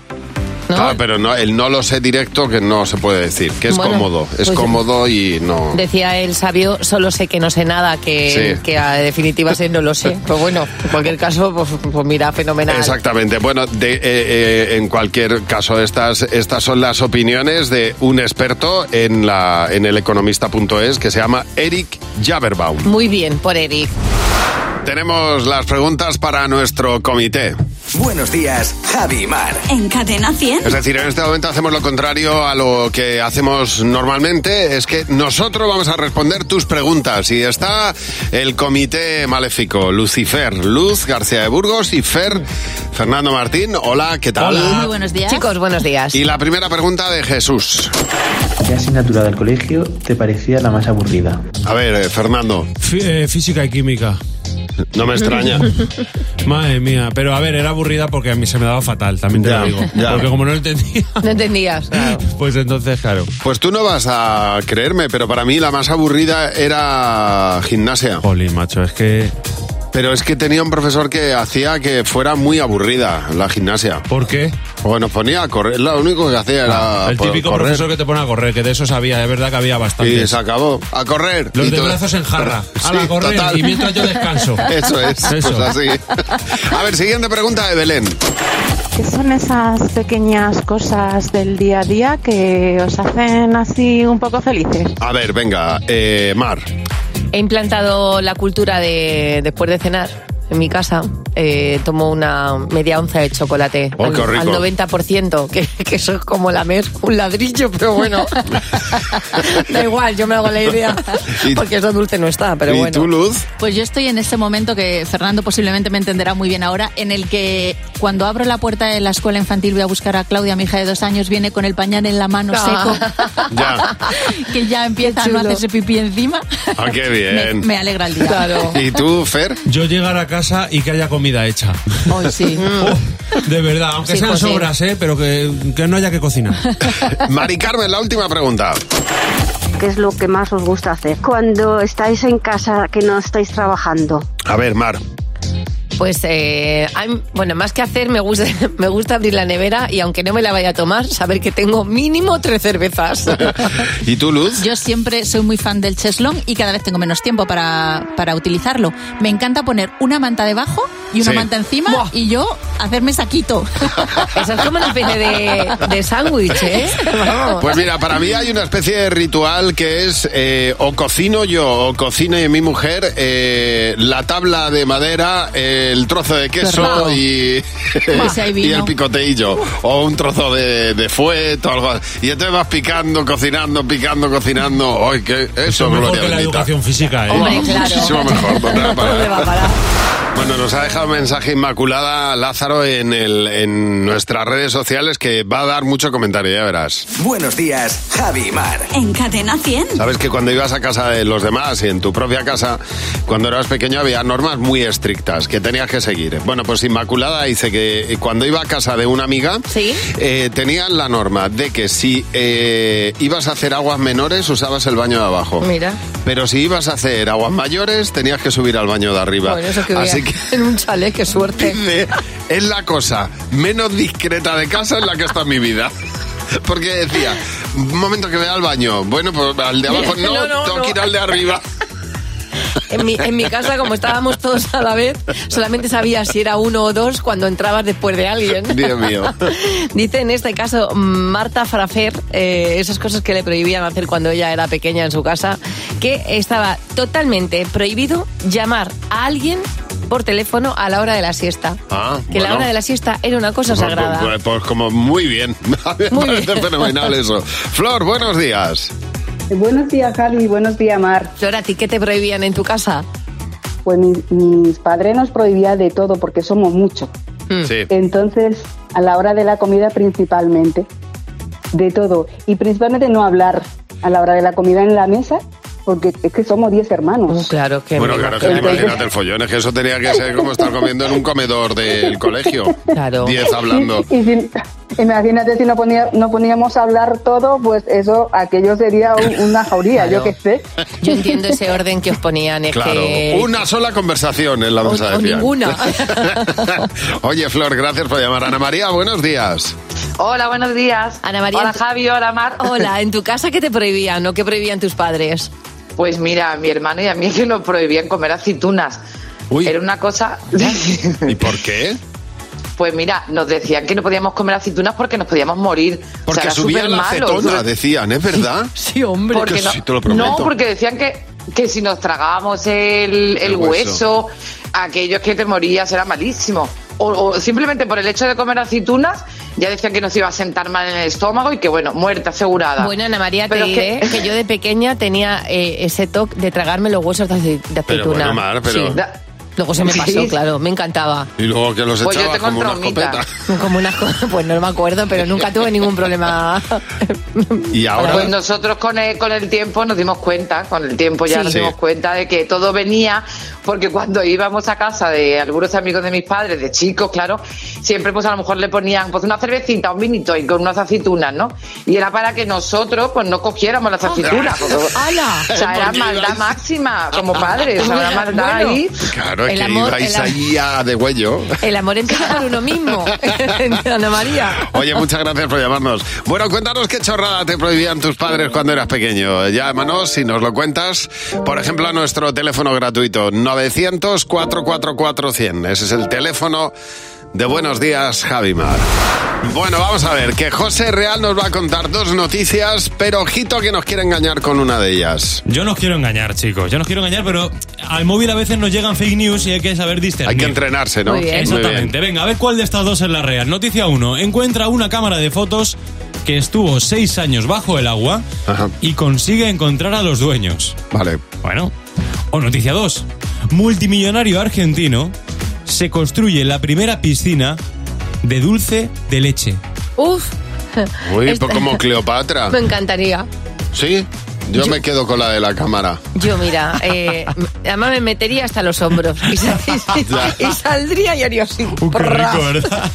Claro, pero no, el no lo sé directo que no se puede decir, que es
Bueno,
cómodo, es
pues-
cómodo y no.
Decía el sabio, solo sé que no sé nada, que,
Sí.
que a definitiva sí, no
*laughs*
lo sé. Pues bueno, en cualquier caso, pues, pues mira, fenomenal.
Exactamente. Bueno, de- eh, eh, en cualquier caso, estas, estas son las opiniones de un experto en, la, en el economista.es que se llama Eric Jaberbaum.
Muy bien, por Eric.
Tenemos las preguntas para nuestro comité.
Buenos días, Javi Mar.
En Cadena 100.
Es decir, en este momento hacemos lo contrario a lo que hacemos normalmente, es que nosotros vamos a responder tus preguntas y está el comité maléfico, Lucifer, Luz García de Burgos y Fer Fernando Martín. Hola, ¿qué tal?
buenos días. Chicos, buenos *laughs* días.
Y la primera pregunta de Jesús.
¿Qué asignatura del colegio te parecía la más aburrida?
A ver, eh, Fernando,
Fí- eh, física y química.
no me extraña.
*laughs* Madre mía, pero a ver, era aburrida porque a mí se me daba fatal, también te
Ya,
lo digo.
ya.
Porque como no lo entendía,
No entendías. claro.
pues entonces, claro.
Pues tú no vas a creerme, pero para mí la más aburrida era gimnasia.
Jolín, macho, es que...
Pero es que tenía un profesor que hacía que fuera muy aburrida la gimnasia.
¿Por qué?
Bueno, ponía a correr. Lo único que hacía era
Ah, el
por-
típico
correr.
profesor que te pone a correr, que de eso sabía, es verdad que había bastante.
Y se acabó. A correr.
Los
Y
de
todo-
brazos en
*laughs*
jarra. Ala, a correr,
total.
y mientras yo descanso.
*laughs* Eso es.
Eso.
pues así. A ver, siguiente pregunta de Belén.
¿Qué son esas pequeñas cosas del día a día que os hacen así un poco felices?
A ver, venga, eh, Mar.
He implantado la cultura de después de cenar en mi casa. eh, tomo una media onza de chocolate
Oh,
al,
qué rico.
al 90%, que, que eso es como lamer un ladrillo,
*laughs*
pero bueno, da igual, yo me hago la idea,
Y-
porque eso dulce no está, pero
¿Y
bueno.
tú,
*laughs*
Luz?
Pues yo estoy en este momento que Fernando posiblemente me entenderá muy bien ahora, en el que cuando abro la puerta de la escuela infantil voy a buscar a Claudia, mi hija de dos años, viene con el pañal en la mano
Ya.
seco, que ya empieza a no hacerse pipí encima.
Ah, qué
Me,
bien.
me alegra el día.
¿Y tú, Fer?
Yo llegar a casa y que haya comida hecha.
Hoy sí.
*laughs* Oh, de verdad, aunque
Sí,
sean
pues sí.
sobras, ¿eh? Pero que, que no haya que cocinar.
Mari Carmen, la última pregunta.
¿Qué es lo que más os gusta hacer? Cuando estáis en casa, que no estáis trabajando.
A ver, Mar. *laughs*
Pues, eh, hay- bueno, más que hacer, me gusta, *laughs* me gusta abrir la nevera y aunque no me la vaya a tomar, saber que tengo mínimo tres cervezas.
¿Y tú, *laughs* Luz?
Yo siempre soy muy fan del cheslón y cada vez tengo menos tiempo para, para utilizarlo. Me encanta poner una manta debajo y una
Sí.
manta encima y yo hacerme saquito.
Eso es como una especie de, de sándwich, ¿eh? Vamos.
Pues mira, para mí hay una especie de ritual que es eh, o cocino yo o cocina mi mujer eh, la tabla de madera, eh, el trozo de queso
raro.
y,
Y si
*laughs*
hay
y
vino.
el picoteillo o un trozo de, de fuet o algo así. Y entonces vas picando, cocinando, picando, cocinando. ¡Ay, qué! Eso,
Eso es mejor
gloria
que *laughs* la
bendita.
educación física, ¿eh?
Vamos, Muchísimo mejor. ¿dónde va a parar? Bueno, nos ha dejado un mensaje inmaculada Lázaro en, el, en nuestras redes sociales que va a dar mucho comentario, ya verás.
Buenos días, Javi Mar.
En Cadena 100.
Sabes que cuando ibas a casa de los demás y en tu propia casa, cuando eras pequeño había normas muy estrictas que tenías que seguir. Bueno, pues Inmaculada dice que cuando iba a casa de una amiga, eh, tenían la norma de que si eh, ibas a hacer aguas menores, usabas el baño de abajo.
Mira.
Pero si ibas a hacer aguas mayores, tenías que subir al baño de arriba.
Bueno, eso que voy
Así
a-
que
*laughs* en un chalet, qué suerte.
dice, es la cosa menos discreta de casa en la que está mi vida. *laughs* Porque decía, un momento que vea al baño. Bueno, pues al de abajo no,
*laughs* No, no,
tengo
no.
que ir al de arriba.
En mi, en mi casa, como estábamos todos a la vez, solamente sabía si era uno o dos cuando entrabas después de alguien.
Dios mío.
*laughs* Dice en este caso Marta Frafer, eh, esas cosas que le prohibían hacer cuando ella era pequeña en su casa, que estaba totalmente prohibido llamar a alguien por teléfono a la hora de la siesta.
Ah,
Que la hora de la siesta era una cosa sagrada.
Pues, pues- pues como muy bien. *laughs* Me parece fenomenal eso. Flor, buenos días.
Buenos días, Javi. Buenos días, Mar.
Flor, ¿a ti qué te prohibían en tu casa?
Pues mi- mis padres nos prohibían de todo porque somos muchos.
Sí.
Entonces, a la hora de la comida principalmente, de todo. Y principalmente no hablar a la hora de la comida en la mesa porque es que somos 10 hermanos.
Claro que
Bueno, claro, te imagínate el follón, es que eso tenía que ser como estar comiendo en un comedor del colegio.
Claro.
Diez hablando.
Y si- imagínate si no, ponía- no poníamos a hablar todo, pues eso, aquello sería un- una jauría, yo qué sé.
Yo entiendo ese orden que os ponían. Es
Claro,
que...
una sola conversación en la
O-
mesa
o
de fiar.
ninguna.
*laughs* Oye, Flor, gracias por llamar. Ana María, buenos días.
Hola, buenos días.
Ana María.
Hola, Javi. Hola, *laughs* Mar.
Hola, ¿en tu casa qué te prohibían o qué prohibían tus padres?
Pues mira, a mi hermano y a mí *laughs* es que nos prohibían comer aceitunas. Era una cosa.
¿Y por qué?
Pues mira, nos decían que no podíamos comer aceitunas porque nos podíamos morir.
Porque
o sea, era
subía la
supermalo.
acetona, decían, ¿es verdad?
Sí, hombre.
Porque
Porque
no,
sí, te lo prometo.
no, porque decían que, que si nos tragábamos el, el
El hueso.
hueso, aquellos que te morías era malísimo. o, o simplemente por el hecho de comer aceitunas, ya decían que nos iba a sentar mal en el estómago y que, bueno, muerte asegurada.
Bueno, Ana María, te
Pero es
diré que...
*laughs*
yo de pequeña tenía eh, ese toque de tragarme los huesos de, ace- de aceituna.
Pero bueno, Mar, pero-
Sí. Luego se me
Sí.
pasó, claro, me encantaba.
Y luego que los
Pues yo
echaba
tengo
como una
traumita.
escopeta.
*laughs* Como una co- pues no me acuerdo, pero nunca tuve ningún problema.
*laughs* Y ahora...
Pues nosotros con el, con el tiempo nos dimos cuenta, con el tiempo ya
Sí.
nos
Sí.
dimos cuenta de que todo venía, porque cuando íbamos a casa de algunos amigos de mis padres, de chicos, claro, siempre pues a lo mejor le ponían pues una cervecita, un vinito y con unas aceitunas, ¿no? Y era para que nosotros pues no cogiéramos *laughs* las aceitunas. porque- pues,
¡Hala!
O sea, era
Porque
maldad
ibais-
máxima, como padres, o sea, era maldad
Bueno.
ahí.
Claro, es
El
que
amor-
ibais
el am-
ahí a de huello.
El amor empieza por uno mismo, *laughs* Ana María.
Oye, muchas gracias por llamarnos. Bueno, cuéntanos qué chorrada te prohibían tus padres cuando eras pequeño. Llámanos si nos lo cuentas. Por ejemplo, a nuestro teléfono gratuito 900-444-100. Ese es el teléfono de Buenos Días, Javimar. Bueno, vamos a ver, que José Real nos va a contar dos noticias, pero ojito que nos quiere engañar con una de ellas.
Yo no os quiero engañar, chicos. Yo no os quiero engañar, pero al móvil a veces nos llegan fake news y hay que saber distinguir.
Hay que entrenarse, ¿no? Muy bien. Muy
Exactamente. Venga, a ver cuál de estas dos es la real. Noticia 1. Encuentra una cámara de fotos que estuvo seis años bajo el agua y consigue encontrar a los dueños.
Vale.
Bueno. O noticia 2. Multimillonario argentino se construye la primera piscina de dulce de leche.
Uf.
Uy,
Esta-
pues como Cleopatra.
*laughs* Me encantaría.
¿Sí? Yo, me quedo con la de la cámara.
Yo, mira, eh, *laughs* además me metería hasta los hombros y, sal- *laughs* y- y saldría y haría así. prrras.
Rico, ¿verdad?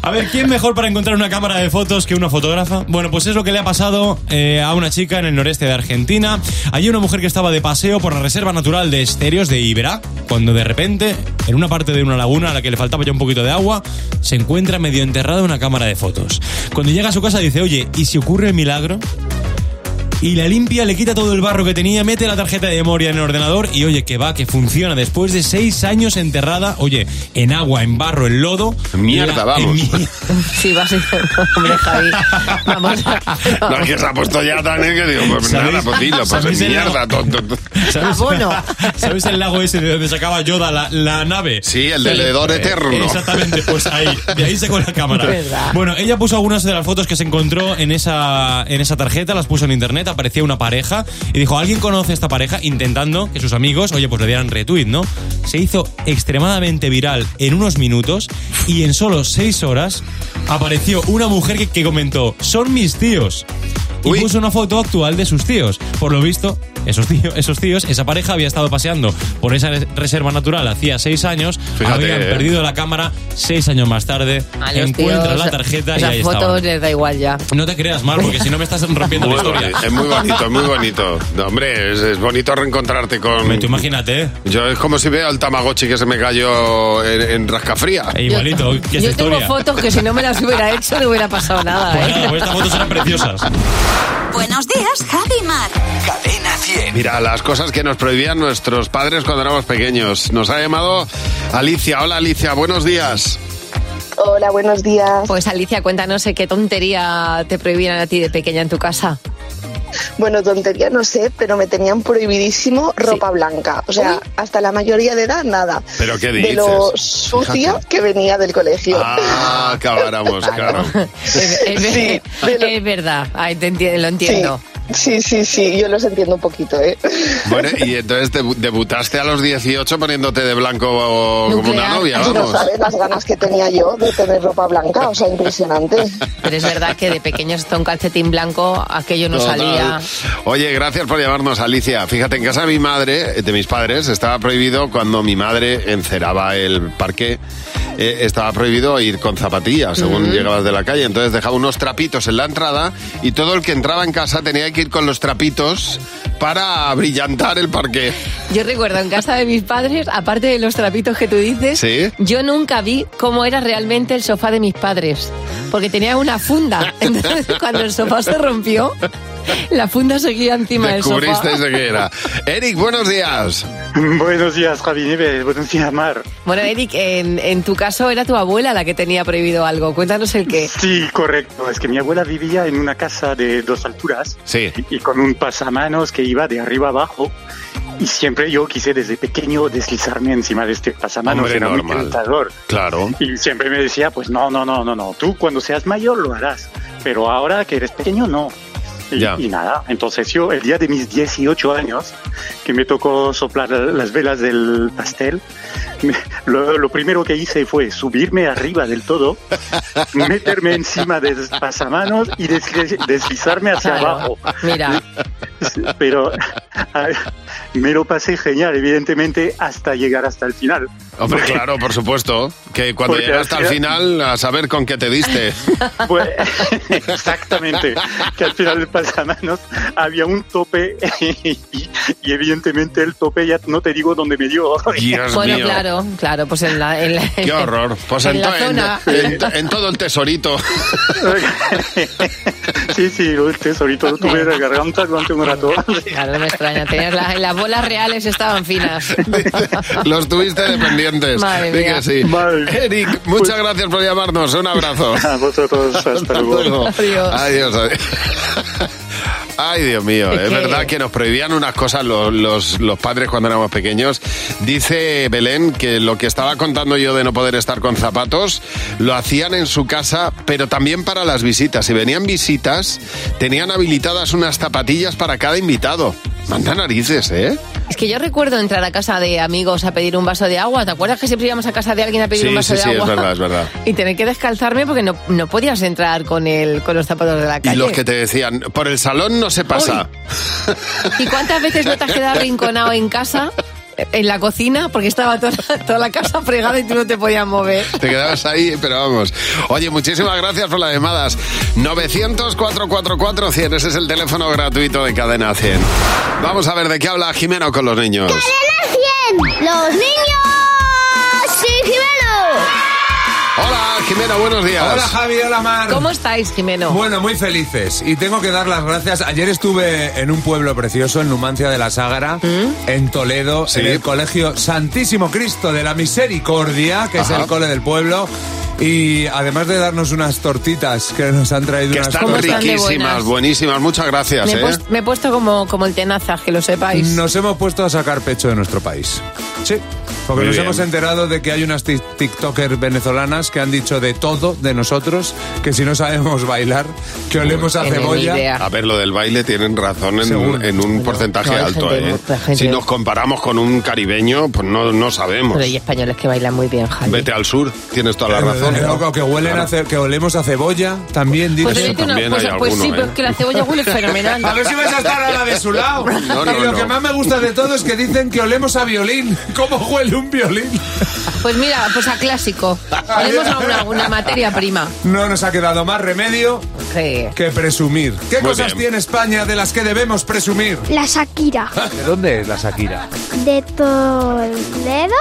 A ver, ¿quién mejor para encontrar una cámara de fotos que una fotógrafa? Bueno, pues es lo que le ha pasado eh, a una chica en el noreste de Argentina. Allí una mujer que estaba de paseo por la reserva natural de Esterios de Iberá, cuando de repente, en una parte de una laguna a la que le faltaba ya un poquito de agua, se encuentra medio enterrada una cámara de fotos. Cuando llega a su casa dice, oye, ¿y si ocurre el milagro? Y la limpia, le quita todo el barro que tenía, mete la tarjeta de memoria en el ordenador y oye, que va, que funciona. Después de seis años enterrada, oye, en agua, en barro, en lodo.
Mierda,
la-
vamos.
en
*laughs*
mi-
Sí, va a ser. Hombre, Javi. Vamos a.
No, es que se ha puesto ya tan eh, que digo, pues
¿Sabéis?
nada, pues dilo, pues
¿Sabéis
es
el
mierda. tonto, tonto.
¿Sabes?
Ah,
*laughs* ¿Sabes el lago ese de donde sacaba Yoda la, la nave? Sí, Eh,
el del hedor eterno.
Exactamente, pues ahí, de ahí sacó la cámara.
Verdad.
Bueno, ella puso algunas de las fotos que se encontró en esa, en esa tarjeta, las puso en internet, aparecía una pareja y dijo, ¿alguien conoce esta pareja? Intentando que sus amigos, oye, pues le dieran retweet, ¿no? Se hizo extremadamente viral en unos minutos y en solo seis horas apareció una mujer que, que comentó, son mis tíos. Y puso una foto actual de sus tíos. Por lo visto, esos tíos, esos tíos, esa pareja había estado paseando por esa res- reserva natural hacía seis años,
Fíjate,
habían
eh.
perdido la cámara seis años más tarde,
A los
encuentra
tíos,
la tarjeta y
esas
ahí
fotos
estaba.
les da igual ya.
No te creas mal, porque si no me estás rompiendo la
Muy
historia.
bonito, es muy bonito, es muy bonito. No, hombre, es, es bonito reencontrarte con.
Hombre, tú imagínate.
Yo es como si veo al Tamagotchi que se me cayó en, en Rascafría.
igualito, ¿qué
Yo tengo fotos que si no me las hubiera hecho no hubiera
*laughs*
pasado nada. ¿eh?
estas fotos eran preciosas.
Buenos días, Javi Mar. Cadena 100.
Mira, las cosas que nos prohibían nuestros padres cuando éramos pequeños. Nos ha llamado Alicia. Hola Alicia, buenos días.
Hola, buenos días. Pues Alicia, cuéntanos ¿eh? qué tontería te prohibieron a ti de pequeña en tu casa.
Bueno, tontería no sé, pero me tenían prohibidísimo ropa blanca. O sea, hasta la mayoría de edad, nada.
¿Pero qué
De lo
dices?
sucia
Fíjate.
que venía del colegio.
Ah, acabáramos, claro.
Es, es ver- es verdad, Ay, te enti- lo entiendo.
*laughs* Sí, sí, sí, yo los entiendo un poquito, ¿eh?
Bueno, y entonces te debutaste a los 18 poniéndote de blanco o- como una novia,
Tú no
vamos.
sabes las ganas que tenía yo de tener ropa blanca, o sea,
*laughs*
impresionante.
Pero es verdad que de pequeños hasta un calcetín blanco aquello no
Total.
salía.
Oye, gracias por llamarnos, Alicia. Fíjate, en casa de mi madre, de mis padres, estaba prohibido cuando mi madre enceraba el parque, eh, estaba prohibido ir con zapatillas según llegabas de la calle. Entonces dejaba unos trapitos en la entrada y todo el que entraba en casa tenía que ir con los trapitos para brillantar el parque.
Yo recuerdo en casa de mis padres, aparte de los trapitos que tú dices,
¿Sí?
yo nunca vi cómo era realmente el sofá de mis padres, porque tenía una funda. Entonces, cuando el sofá se rompió, la funda seguía encima del sofá.
Descubristeis de qué era. Eric, buenos días.
Buenos días, Javi Nieves. Buenos días, Mar.
Bueno, Eric, en, en tu caso era tu abuela la que tenía prohibido algo. Cuéntanos el qué.
Sí, correcto. Es que mi abuela vivía en una casa de dos alturas y con un pasamanos que iba de arriba abajo. Y siempre yo quise desde pequeño deslizarme encima de este pasamanos,
Hombre,
era muy
normal.
tentador.
Claro.
Y siempre me decía, pues no, no, no, no, no, tú cuando seas mayor lo harás, pero ahora que eres pequeño no. Y, y nada, entonces yo el día de mis 18 años, que me tocó soplar las velas del pastel, me- lo, lo primero que hice fue subirme arriba
*laughs*
del todo, *laughs* meterme encima del pasamanos y desli- deslizarme hacia
Claro.
abajo.
Mira,
*laughs* Pero *laughs* a ver, me lo pasé genial, evidentemente, hasta llegar hasta el final.
Hombre, claro, por supuesto. Que cuando
Porque
llegaste
al
al final, a saber con qué te diste.
Pues, exactamente, que al final del pasamanos había un tope *laughs* y, y evidentemente el tope ya no te digo dónde me dio.
bueno, claro, claro, pues en la... En la-
Qué
*laughs*
horror. Pues
en
en,
la
to- en-
zona.
en to- en todo el tesorito.
*laughs* Sí, sí, el tesorito lo tuve en la garganta durante un rato.
Claro, no me extraña, tenías la- las bolas reales estaban finas.
Los tuviste dependientes.
Madre
Di que
mía.
sí. Eric, muchas gracias por llamarnos. Un abrazo.
Pues- *laughs* A vosotros, hasta luego.
Adiós. Adiós. *laughs* Ay, Dios mío,
Es
es,
que-
verdad que nos prohibían unas cosas los, los- los padres cuando éramos pequeños. Dice Belén que lo que estaba contando yo de no poder estar con zapatos, lo hacían en su casa, pero también para las visitas. Si venían visitas, tenían habilitadas unas zapatillas para cada invitado. Manda narices, ¿eh?
Es que yo recuerdo entrar a casa de amigos a pedir un vaso de agua. ¿Te acuerdas que siempre íbamos a casa de alguien a pedir
sí,
un vaso
sí,
de
sí,
agua?
es verdad, es verdad.
*laughs* Y tener que descalzarme porque no, no podías entrar con, el, con los zapatos de la
Y
calle.
los que te decían, por el salón no se pasa.
*laughs* ¿Y cuántas veces no te has quedado rinconado en casa, en la cocina, porque estaba toda, toda la casa fregada y tú no te podías mover?
*laughs* Te quedabas ahí, pero vamos. Oye, muchísimas gracias por las llamadas. 900-444-100, ese es el teléfono gratuito de Cadena 100. Vamos a ver de qué habla Jimeno con los niños.
¡Los niños! ¡Sí,
Hola, Jimeno, buenos días.
Hola, Javi, hola, Mar.
¿Cómo estáis, Jimeno?
Bueno, muy felices. Y tengo que dar las gracias. Ayer estuve en un pueblo precioso, en Numancia de la Sagra,
¿Mm?
en Toledo, en el colegio Santísimo Cristo de la Misericordia, que es
Ajá.
el cole del pueblo. Y además de darnos unas tortitas que nos han traído
Que
unas
están
tortas.
están de
riquísimas,
buenas?
buenísimas. Muchas gracias,
me, he
¿eh?
puest- me he puesto como, como el tenazas, que lo sepáis.
Nos hemos puesto a sacar pecho de nuestro país. Sí. Porque
Muy
nos
bien.
hemos enterado de que hay unas ti- TikTokers venezolanas que han dicho de todo de nosotros, que si no sabemos bailar, que olemos a cebolla.
A ver, lo del baile tienen razón en,
Seguro.
en un porcentaje
no, hay
alto.
gente,
¿eh?
mucha gente.
Si nos comparamos con un caribeño, pues no, no sabemos.
Pero hay españoles que bailan muy bien, Javi.
Vete al sur, tienes toda la
Eh,
razón.
eh, o que, huelen a ce- que olemos a cebolla, también
Pues,
dicen.
vete una- pues- pues sí, pero es que la cebolla huele fenomenal.
A ver si vais a estar a la de su lado.
No, no,
y lo
no.
que más me gusta de todo es que dicen que olemos a violín. *laughs* ¿Cómo huele un violín?
Pues mira, pues a clásico. Tenemos alguna, alguna materia prima.
No nos ha quedado más remedio que presumir. ¿Qué
Muy
cosas
bien.
tiene España de las que debemos presumir?
La Shakira.
¿De dónde es la Shakira?
De Toledo,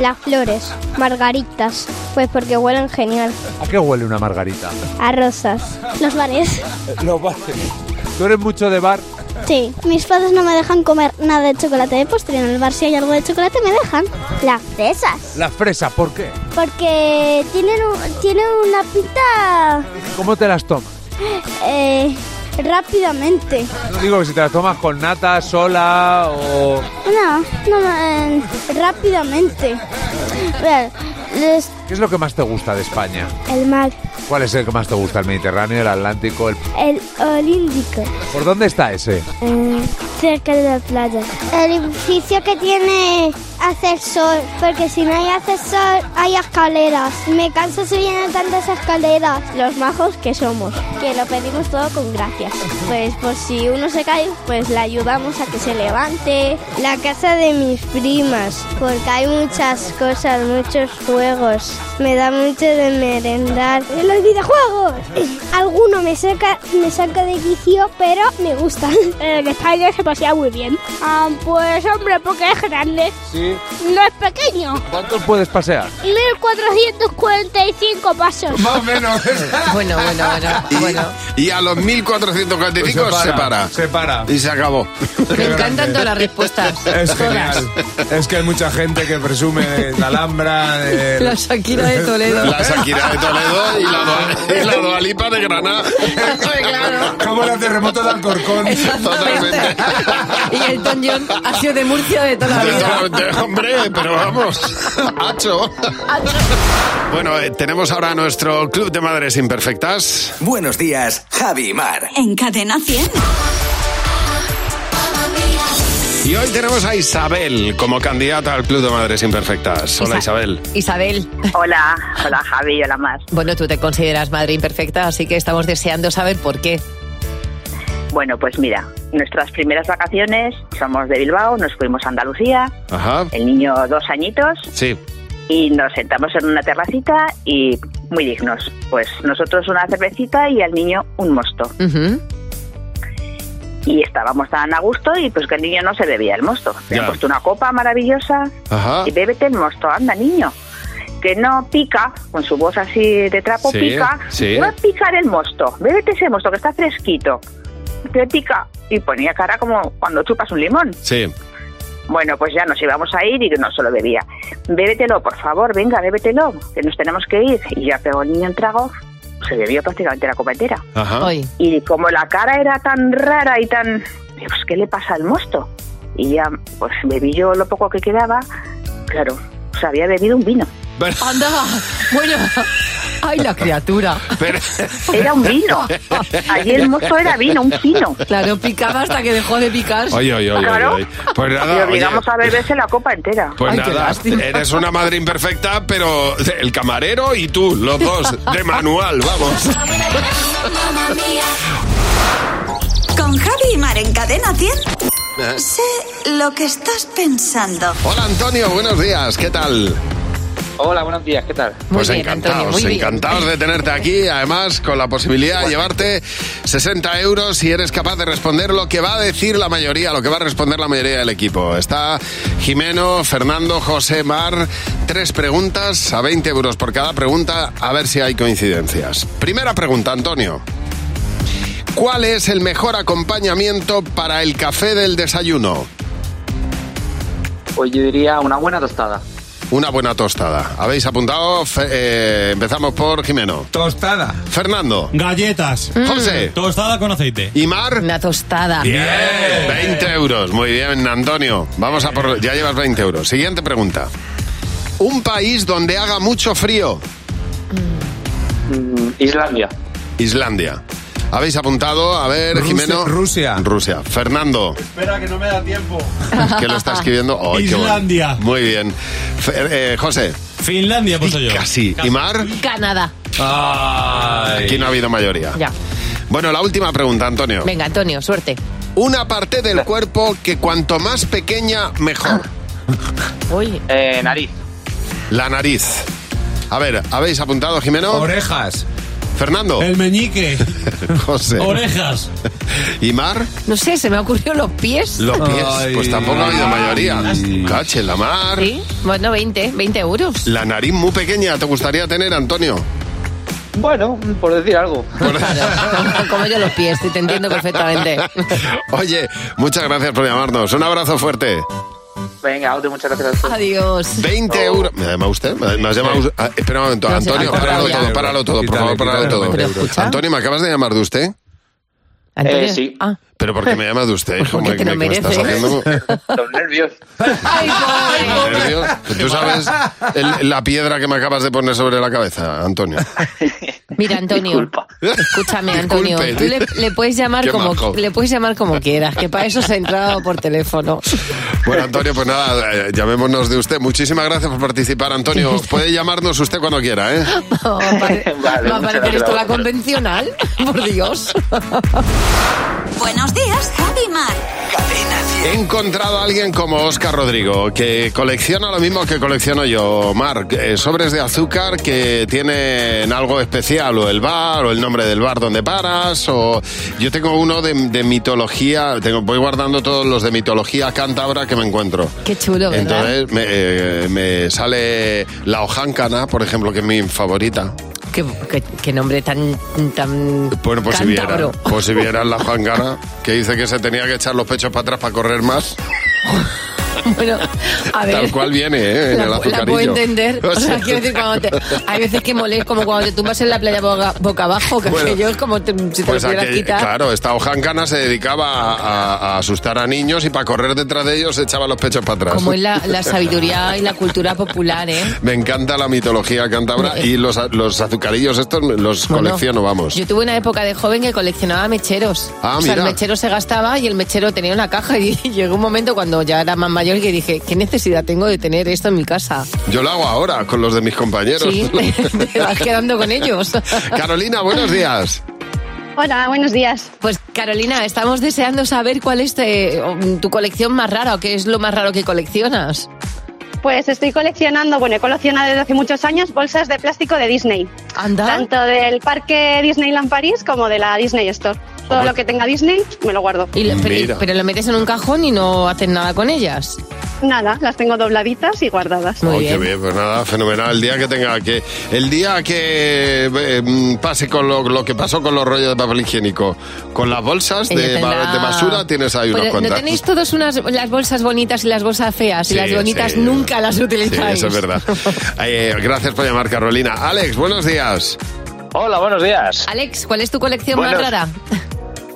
las flores, margaritas, pues porque huelen genial.
¿A qué huele una margarita?
A rosas. Los bares.
Los bares. ¿Tú eres mucho de bar?
Sí, mis padres no me dejan comer nada de chocolate de postre. En el bar si hay algo de chocolate me dejan. Las fresas.
Las fresas, ¿por qué?
Porque tienen, un- tienen una pinta
¿Cómo te las tomas?
eh, rápidamente.
No digo que si te las tomas con nata, sola o...
No, no, eh, rápidamente. Bueno, les-
¿Qué es lo que más te gusta de España?
el mar,
¿Cuál es el que más te gusta? ¿El Mediterráneo, el Atlántico? El...
el olímpico,
¿Por dónde está ese?
cerca de la playa. El edificio que tiene ascensor, porque si no hay ascensor hay escaleras. Me canso subiendo tantas escaleras. Los majos que somos, que lo pedimos todo con gracias. Pues por si uno se cae, pues le ayudamos a que se levante. La casa de mis primas, porque hay muchas cosas, muchos juegos. Me da mucho de merendar. ¡Los videojuegos! *laughs* Alguno me saca, me saca de quicio, pero me gusta. *laughs* En España se pasea muy bien. pues hombre, porque es grande.
Sí.
No es pequeño.
¿Cuántos puedes pasear?
1445 pasos.
Más o menos.
bueno, bueno, bueno.
Y a los 1445
Pues se
se
para,
para.
se para.
Y se acabó.
Me encantan todas las respuestas.
Es
Todas.
*laughs* genial. Es que hay mucha gente que presume de la Alhambra, de...
*laughs* La Shakira de Toledo.
La Shakira de Toledo y la, Dua- y la Dua Lipa de Granada.
Como la terremoto de Alcorcón.
Exactamente. Y que Elton John ha sido de Murcia de toda la
De
vida.
toda- de- hombre, pero vamos, hacho. Bueno, eh, tenemos ahora nuestro Club de Madres Imperfectas.
Buenos días, Javi Mar.
En Cadena 100.
Y hoy tenemos a Isabel como candidata al Club de Madres Imperfectas. Hola
Isa-
Isabel.
Isabel.
Hola, Ah, hola Javi, hola Mar.
Bueno, tú te consideras madre imperfecta, así que estamos deseando saber por qué.
Bueno, pues mira, nuestras primeras vacaciones somos de Bilbao, nos fuimos a Andalucía,
Ajá.
el niño dos añitos
Sí.
y nos sentamos en una terracita y muy dignos. Pues nosotros una cervecita y al niño un mosto. Y estábamos tan a gusto y pues que el niño no se bebía el mosto. Le
Ya.
han puesto una copa maravillosa
Ajá.
y bébete el mosto, anda niño. Que no pica, con su voz así de trapo
Sí,
pica,
sí.
no va a picar el mosto, bébete ese mosto que está fresquito. Que pica y ponía cara como cuando chupas un limón.
Sí.
Bueno, pues ya nos íbamos a ir y no se lo bebía. Bébetelo, por favor, venga, bébetelo, que nos tenemos que ir. Y ya pegó el niño el trago, se bebió prácticamente la copa entera. Y como la cara era tan rara y tan... Digo, Pues, ¿qué le pasa al mosto? Y ya, pues bebí yo lo poco que quedaba. Claro, se había bebido un vino.
¡Anda! Bueno, ¡ay, la criatura!
Era un vino. Allí el mosto era vino, un vino.
Claro, picaba hasta que dejó de picar.
Oye, oye,
Ah,
oye.
Claro.
oye, oye. Pues
y
nada,
obligamos
oye,
a beberse la copa entera.
pues nada, eres una madre imperfecta, pero el camarero y tú, los dos, de manual, vamos.
*laughs* Con Javi y Mar en Cadena 100. Sé lo que estás pensando.
Hola Antonio, buenos días, ¿qué tal?
Hola, buenos días, ¿qué tal?
Pues encantados, encantados de tenerte aquí, además con la posibilidad de llevarte 60 euros si eres capaz de responder lo que va a decir la mayoría, lo que va a responder la mayoría del equipo. Está Jimeno, Fernando, José, Mar, tres preguntas a 20 euros por cada pregunta, a ver si hay coincidencias. Primera pregunta, Antonio. ¿Cuál es el mejor acompañamiento para el café del desayuno?
Pues yo diría una buena tostada.
Una buena tostada. ¿Habéis apuntado? Fe- eh, empezamos por Jimeno.
Tostada.
Fernando.
Galletas.
Mm.
José.
Tostada con aceite.
¿Y Mar?
Una tostada.
Bien. 20 euros. Muy bien, Antonio. Vamos a por... Ya llevas 20 euros. Siguiente pregunta. Un país donde haga mucho frío.
Mm, Islandia.
Islandia. ¿Habéis apuntado? A ver,
Rusia-
Jimeno. Rusia. Rusia. Fernando,
Espera, que no me da
*laughs*
tiempo. *laughs*
que lo está escribiendo. Ay, qué bueno.
Islandia.
Muy bien. Fer- eh, José.
Finlandia, pues yo.
Casi. ¿Y Mar?
Canadá.
Aquí no ha habido mayoría.
Ya.
Bueno, la última pregunta, Antonio.
Venga, Antonio, suerte.
Una parte del cuerpo que cuanto más pequeña, mejor.
*laughs* Uy.
nariz.
La nariz. A ver, ¿habéis apuntado, Jimeno? Orejas. Fernando.
El meñique.
*laughs* José.
Orejas.
*laughs* ¿Y Mar?
No sé, se me ha ocurrido los pies.
Los pies. Pues tampoco ha habido
Ay.
mayoría. Cache, la Mar.
Sí, bueno, 20, 20 euros.
La nariz muy pequeña, ¿te gustaría tener, Antonio?
*laughs* Bueno, por decir algo.
Como yo los pies, sí, te entiendo perfectamente.
Oye, muchas gracias por llamarnos. Un abrazo fuerte.
Venga, Aude, muchas gracias.
Adiós.
20 euros. ¿Me ha llamado usted? ¿Me has llamado? Ah, espera un momento.
No sé,
Antonio,
ha
páralo
parado ya.
todo, páralo todo, por
Quítale,
favor, páralo
quítale, quítale,
todo.
escucha.
Antonio, ¿me acabas de llamar de usted?
Eh, sí.
¿Pero por qué me llamas de usted? hijo?
Porque
¿Me-
te lo
me- me estás
mereces.
haciendo?
Los nervios.
nervios. pues, ¿Tú sabes el- la piedra que me acabas de poner sobre la cabeza, Antonio?
Mira, Antonio. Escúchame, Antonio.
Disculpe.
Tú le, le puedes llamar
Qué
como,
majo.
le puedes llamar como quieras, que para eso se ha entrado por
*laughs*
teléfono.
Bueno, Antonio, pues nada, eh, llamémonos de usted. Muchísimas gracias por participar, Antonio. Puede llamarnos usted cuando quiera, ¿eh?
Va a pare-
Vale,
va
muchas
a parecer
gracias.
esto la convencional, *laughs* por Dios.
Buenos días, Javi y Mar.
He encontrado a alguien como Óscar Rodrigo, que colecciona lo mismo que colecciono yo, Marc. eh, sobres de azúcar que tienen algo especial, o el bar, o el nombre del bar donde paras, o... Yo tengo uno de, de mitología, tengo, voy guardando todos los de mitología cántabra que me encuentro.
Qué chulo, ¿verdad?
Entonces me, eh, me sale la hojáncana, por ejemplo, que es mi favorita.
Qué, qué- qué nombre tan... tan
Bueno, pues si,
cántabro.
vieran, pues si vieran la hojáncana, que dice que se tenía que echar los pechos para atrás para correr más.
Bueno, a ver.
Tal cual viene, ¿eh? En
la,
el
la
azucarillo. *laughs*
puedo entender. O sea,
sea-
*laughs* quiero decir, cuando te- hay veces que molesta, como cuando te tumbas en la playa boca, boca abajo, que
Bueno,
aquello es como te- si te
Pues
lo pudieras
aquel-
quitar.
claro, esta hojancana se dedicaba a, a- a asustar a niños y para correr detrás de ellos se echaba los pechos para atrás.
Como es la,
*laughs*
la sabiduría y la cultura popular, ¿eh?
Me encanta la mitología cántabra y los, a- los azucarillos estos me- los
Bueno,
colecciono, vamos.
Yo tuve una época de joven que coleccionaba mecheros.
Ah,
o sea,
mira.
el mechero se gastaba y el mechero tenía una caja. Y *laughs* llegó un momento cuando ya era más mayor que dije, ¿qué necesidad tengo de tener esto en mi casa?
Yo lo hago ahora con los de mis compañeros.
Sí,
*laughs*
te vas quedando con ellos.
Carolina, buenos días.
Hola, buenos días.
Pues Carolina, estamos deseando saber cuál es eh, tu colección más rara o qué es lo más raro que coleccionas.
Pues estoy coleccionando, bueno, he coleccionado desde hace muchos años bolsas de plástico de Disney. Tanto del parque Disneyland París como de la Disney Store. Todo lo que tenga Disney me lo guardo.
Y lo- pero,
Mira.
pero lo metes en un cajón y no haces nada con ellas.
Nada, las tengo dobladitas y guardadas.
Ay, qué bien, pues nada, fenomenal. El día que tenga que. El día que eh, mm, pase con lo, lo que pasó con los rollos de papel higiénico, con las bolsas pues de,
Ella tendrá-
ba- de basura, tienes ahí
Pero,
unas
¿No
cuantas.
tenéis todos unas, las bolsas bonitas y las bolsas feas?
Sí,
y las bonitas
sí.
nunca las
Sí,
utilizáis.
eso es verdad. Eh, gracias por llamar, Carolina. Alex, buenos días.
Hola, buenos días.
Alex, ¿cuál es tu colección
Buenos-
más rara?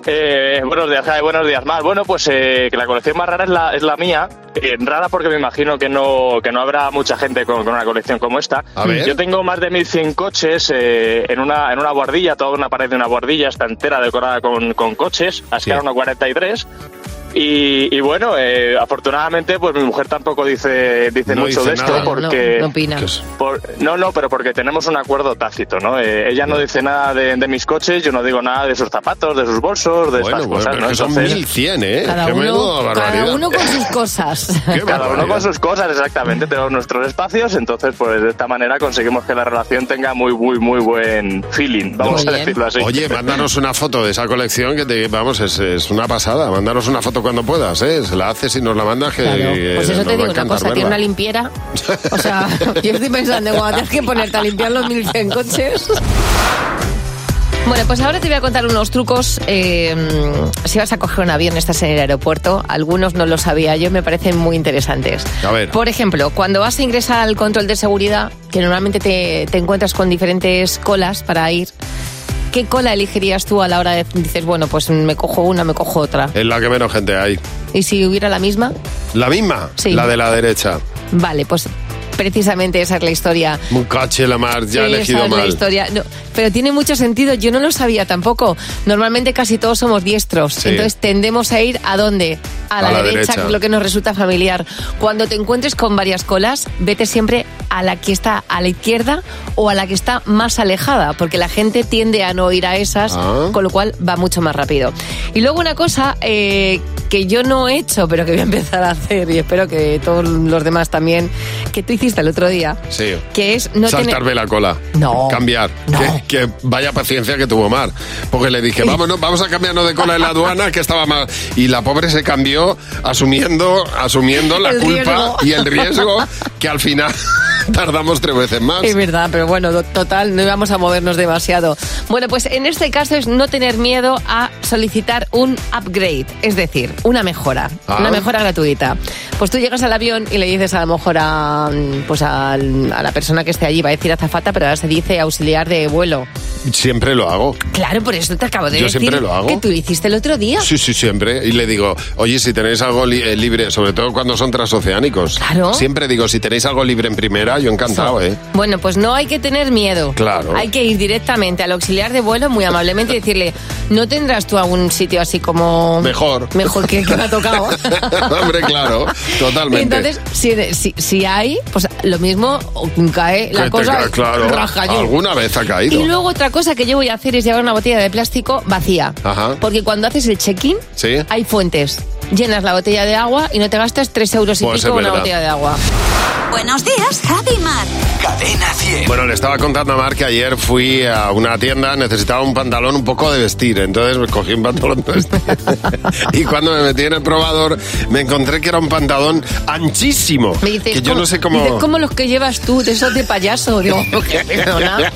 Eh, buenos días, Javi, buenos días más. Bueno, pues eh, que la colección más rara es la, es la mía. Eh, rara porque me imagino que no, que no habrá mucha gente con, con una colección como esta.
A ver.
Yo tengo más de 1100 coches eh, en, una, en una guardilla, toda una pared de una guardilla está entera decorada con, con coches, así que era una 43. Y, y bueno, eh, afortunadamente, pues mi mujer tampoco dice, dice
No
mucho
dice
de esto
nada, ¿no?
porque.
No, no opina.
Por- no, no, pero porque tenemos un acuerdo tácito, ¿no? Eh, ella no dice nada de, de mis coches, yo no digo nada de sus zapatos, de sus bolsos, de estas
Bueno, bueno,
cosas,
pero
¿no?
es que son
Entonces-
1100, ¿eh?
Cada
Qué menuda
uno,
barbaridad.
cada uno con sus
*laughs*
cosas.
Cada uno con sus cosas, exactamente. Tenemos nuestros espacios, entonces, pues de esta manera conseguimos que la relación tenga muy, muy, muy buen feeling, vamos a decirlo así. *laughs*
Oye, mándanos una foto de esa colección que te, vamos, es, es una pasada. Mándanos una foto cuando puedas, ¿eh? Se la haces y nos la mandas que, que
Pues eso
nos
te
va a
digo una
encantar
cosa, tiene
verla.
una limpiera. O sea, yo estoy pensando, cuando tienes que ponerte a limpiar los 1100 coches. Bueno, pues ahora te voy a contar unos trucos. eh, si vas a coger un avión, estás en el aeropuerto. Algunos no lo sabía yo, me parecen muy interesantes.
A ver.
Por ejemplo, cuando vas a ingresar al control de seguridad, que normalmente te, te encuentras con diferentes colas para ir, ¿qué cola elegirías tú a la hora de dices, bueno, pues me cojo una, me cojo otra?
Es la que menos gente hay.
¿Y si hubiera la misma?
¿La misma?
Sí.
La de la derecha.
Vale, pues precisamente esa es la historia.
Un caché la mar, ya he
Sí,
elegido
esa es la
mal.
historia. No, pero tiene mucho sentido. Yo no lo sabía tampoco. Normalmente casi todos somos diestros.
Sí.
Entonces tendemos a ir a dónde? A la,
A la
derecha,
derecha.
que es lo que nos resulta familiar. Cuando te encuentres con varias colas, vete siempre a la que está a la izquierda o a la que está más alejada, porque la gente tiende a no ir a esas,
Ah.
con lo cual va mucho más rápido. Y luego una cosa eh, que yo no he hecho, pero que voy a empezar a hacer, y espero que todos los demás también, que tú hiciste el otro día,
Sí.
que es no tener...
Saltarme la cola.
No.
Cambiar. Que, que vaya paciencia que tuvo Mar. Porque le dije, vámonos, vamos a cambiarnos de cola en la aduana, que estaba mal. Y la pobre se cambió asumiendo, asumiendo la
El
culpa
riesgo.
y el riesgo que al final *laughs* tardamos tres veces más.
Es verdad, pero bueno, do- total, no íbamos a movernos demasiado. Bueno, pues en este caso es no tener miedo a solicitar un upgrade, es decir, una mejora,
Ah.
una mejora gratuita. Pues tú llegas al avión y le dices a lo mejor a, mm, pues al- a la persona que esté allí, va a decir azafata, pero ahora se dice auxiliar de vuelo.
Siempre lo hago.
Claro, por eso te acabo de
Yo
decir
siempre lo hago.
que tú lo hiciste el otro día.
Sí, sí, siempre. Y le digo, oye, si tenéis algo li- eh, libre, sobre todo cuando son transoceánicos.
Claro.
Siempre digo, si tenéis algo libre en primera, yo encantado, ¿eh?
Bueno, pues no hay que tener miedo.
Claro.
Hay que ir directamente al auxiliar de vuelo muy amablemente y decirle, ¿no tendrás tú algún sitio así como...
Mejor.
Mejor que el que me ha tocado.
*laughs* Hombre, claro, totalmente.
Y entonces, si, si, si hay, pues lo mismo o cae
Que
la
te
cosa
ca- claro,
rajallón.
alguna vez ha caído.
Y luego otra cosa que yo voy a hacer es llevar una botella de plástico vacía.
Ajá.
Porque cuando haces el check-in,
Sí.
hay fuentes. Llenas la botella de agua y no te gastas tres euros y
Pues
pico
es
una
verdad.
botella de agua.
Buenos días, Javi Mar.
Bueno, le estaba contando a Mar que ayer fui a una tienda, necesitaba un pantalón un poco de vestir, entonces me cogí un pantalón de vestir. *laughs* y cuando me metí en el probador, me encontré que era un pantalón anchísimo.
Me dices,
que yo no sé cómo...
dices,
*laughs*
¿cómo los que llevas tú, de esos de payaso. Digo, *laughs* ¿qué? perdona.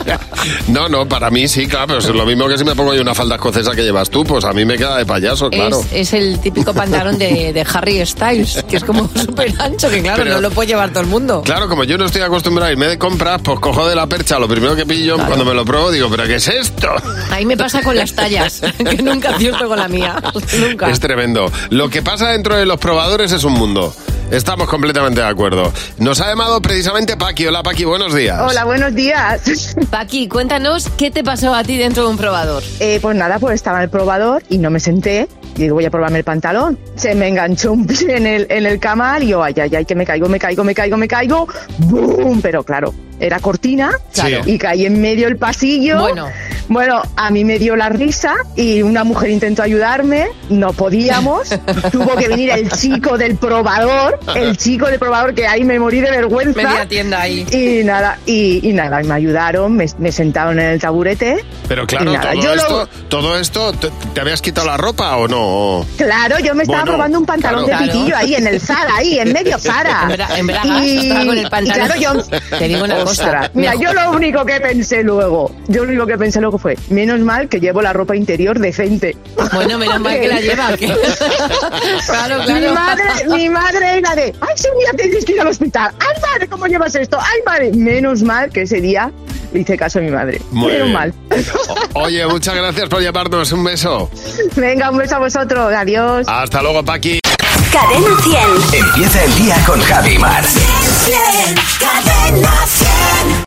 No, no, para mí sí, claro, pero es lo mismo que si me pongo yo una falda escocesa que llevas tú, pues a mí me queda de payaso, *laughs* claro. *laughs*
Es, es el típico pantalón de, de Harry Styles, que es como *laughs* súper ancho, que claro,
Pero-
no lo puede llevar todo el mundo.
Claro, como yo no estoy acostumbrado a irme de compras, pues cojo de la percha lo primero que pillo. Cuando me lo pruebo, digo, ¿pero qué es esto?
Ahí me pasa con las
*laughs*
tallas, que nunca acierto con la mía. *laughs* Nunca.
Es tremendo. Lo que pasa dentro de los probadores es un mundo. Estamos completamente de acuerdo. Nos ha llamado precisamente Paqui. Hola, Paqui, buenos días.
buenos días. *laughs*
Paqui, cuéntanos qué te pasó a ti dentro de un probador.
pues nada, pues estaba en el probador y no me senté. Y digo, voy a probarme el pantalón. Se me enganchó un pie en el, en el camal y yo, ay, ay, ay, que me caigo, me caigo, me caigo, me caigo. ¡Bum! Pero claro, era cortina
Claro.
y caí en medio del pasillo.
Bueno.
Bueno, a mí me dio la risa y una mujer intentó ayudarme,
*laughs*
no podíamos. Tuvo que venir el chico del probador, el chico del probador que ahí me morí de vergüenza.
Media tienda ahí.
Y nada, y, y nada, me ayudaron, me, me sentaron en el taburete.
Pero
y
claro,
nada,
todo,
yo lo-
esto, todo esto, ¿te, te habías quitado la ropa o no? O-
Claro, yo me estaba
Bueno,
probando un pantalón
claro.
de pitillo ahí en el Zara, ahí en
*laughs*
medio Zara.
En Bra- en Bragas, estaba con el pantalón.
y claro, yo,
Te digo una cosa,
Ostras, Mira,
mejor-
yo lo único que pensé luego, yo lo único que pensé luego fue, menos mal que llevo la ropa interior decente.
Bueno, menos mal que la lleva.
*laughs*
que- *laughs* claro,
Mi
claro.
madre, mi madre era de, ay, sí, mira, tienes que ir al hospital. Ay, madre, ¿cómo llevas esto? Ay, madre. Menos mal que ese día le hice caso a mi madre.
Muy
menos
bien.
mal.
Oye, muchas gracias por llamarnos. Un beso.
Venga, un beso a vosotros. Adiós.
Hasta luego, Paqui.
Cadena 100.
Empieza el día con Javi Mar.
Cadena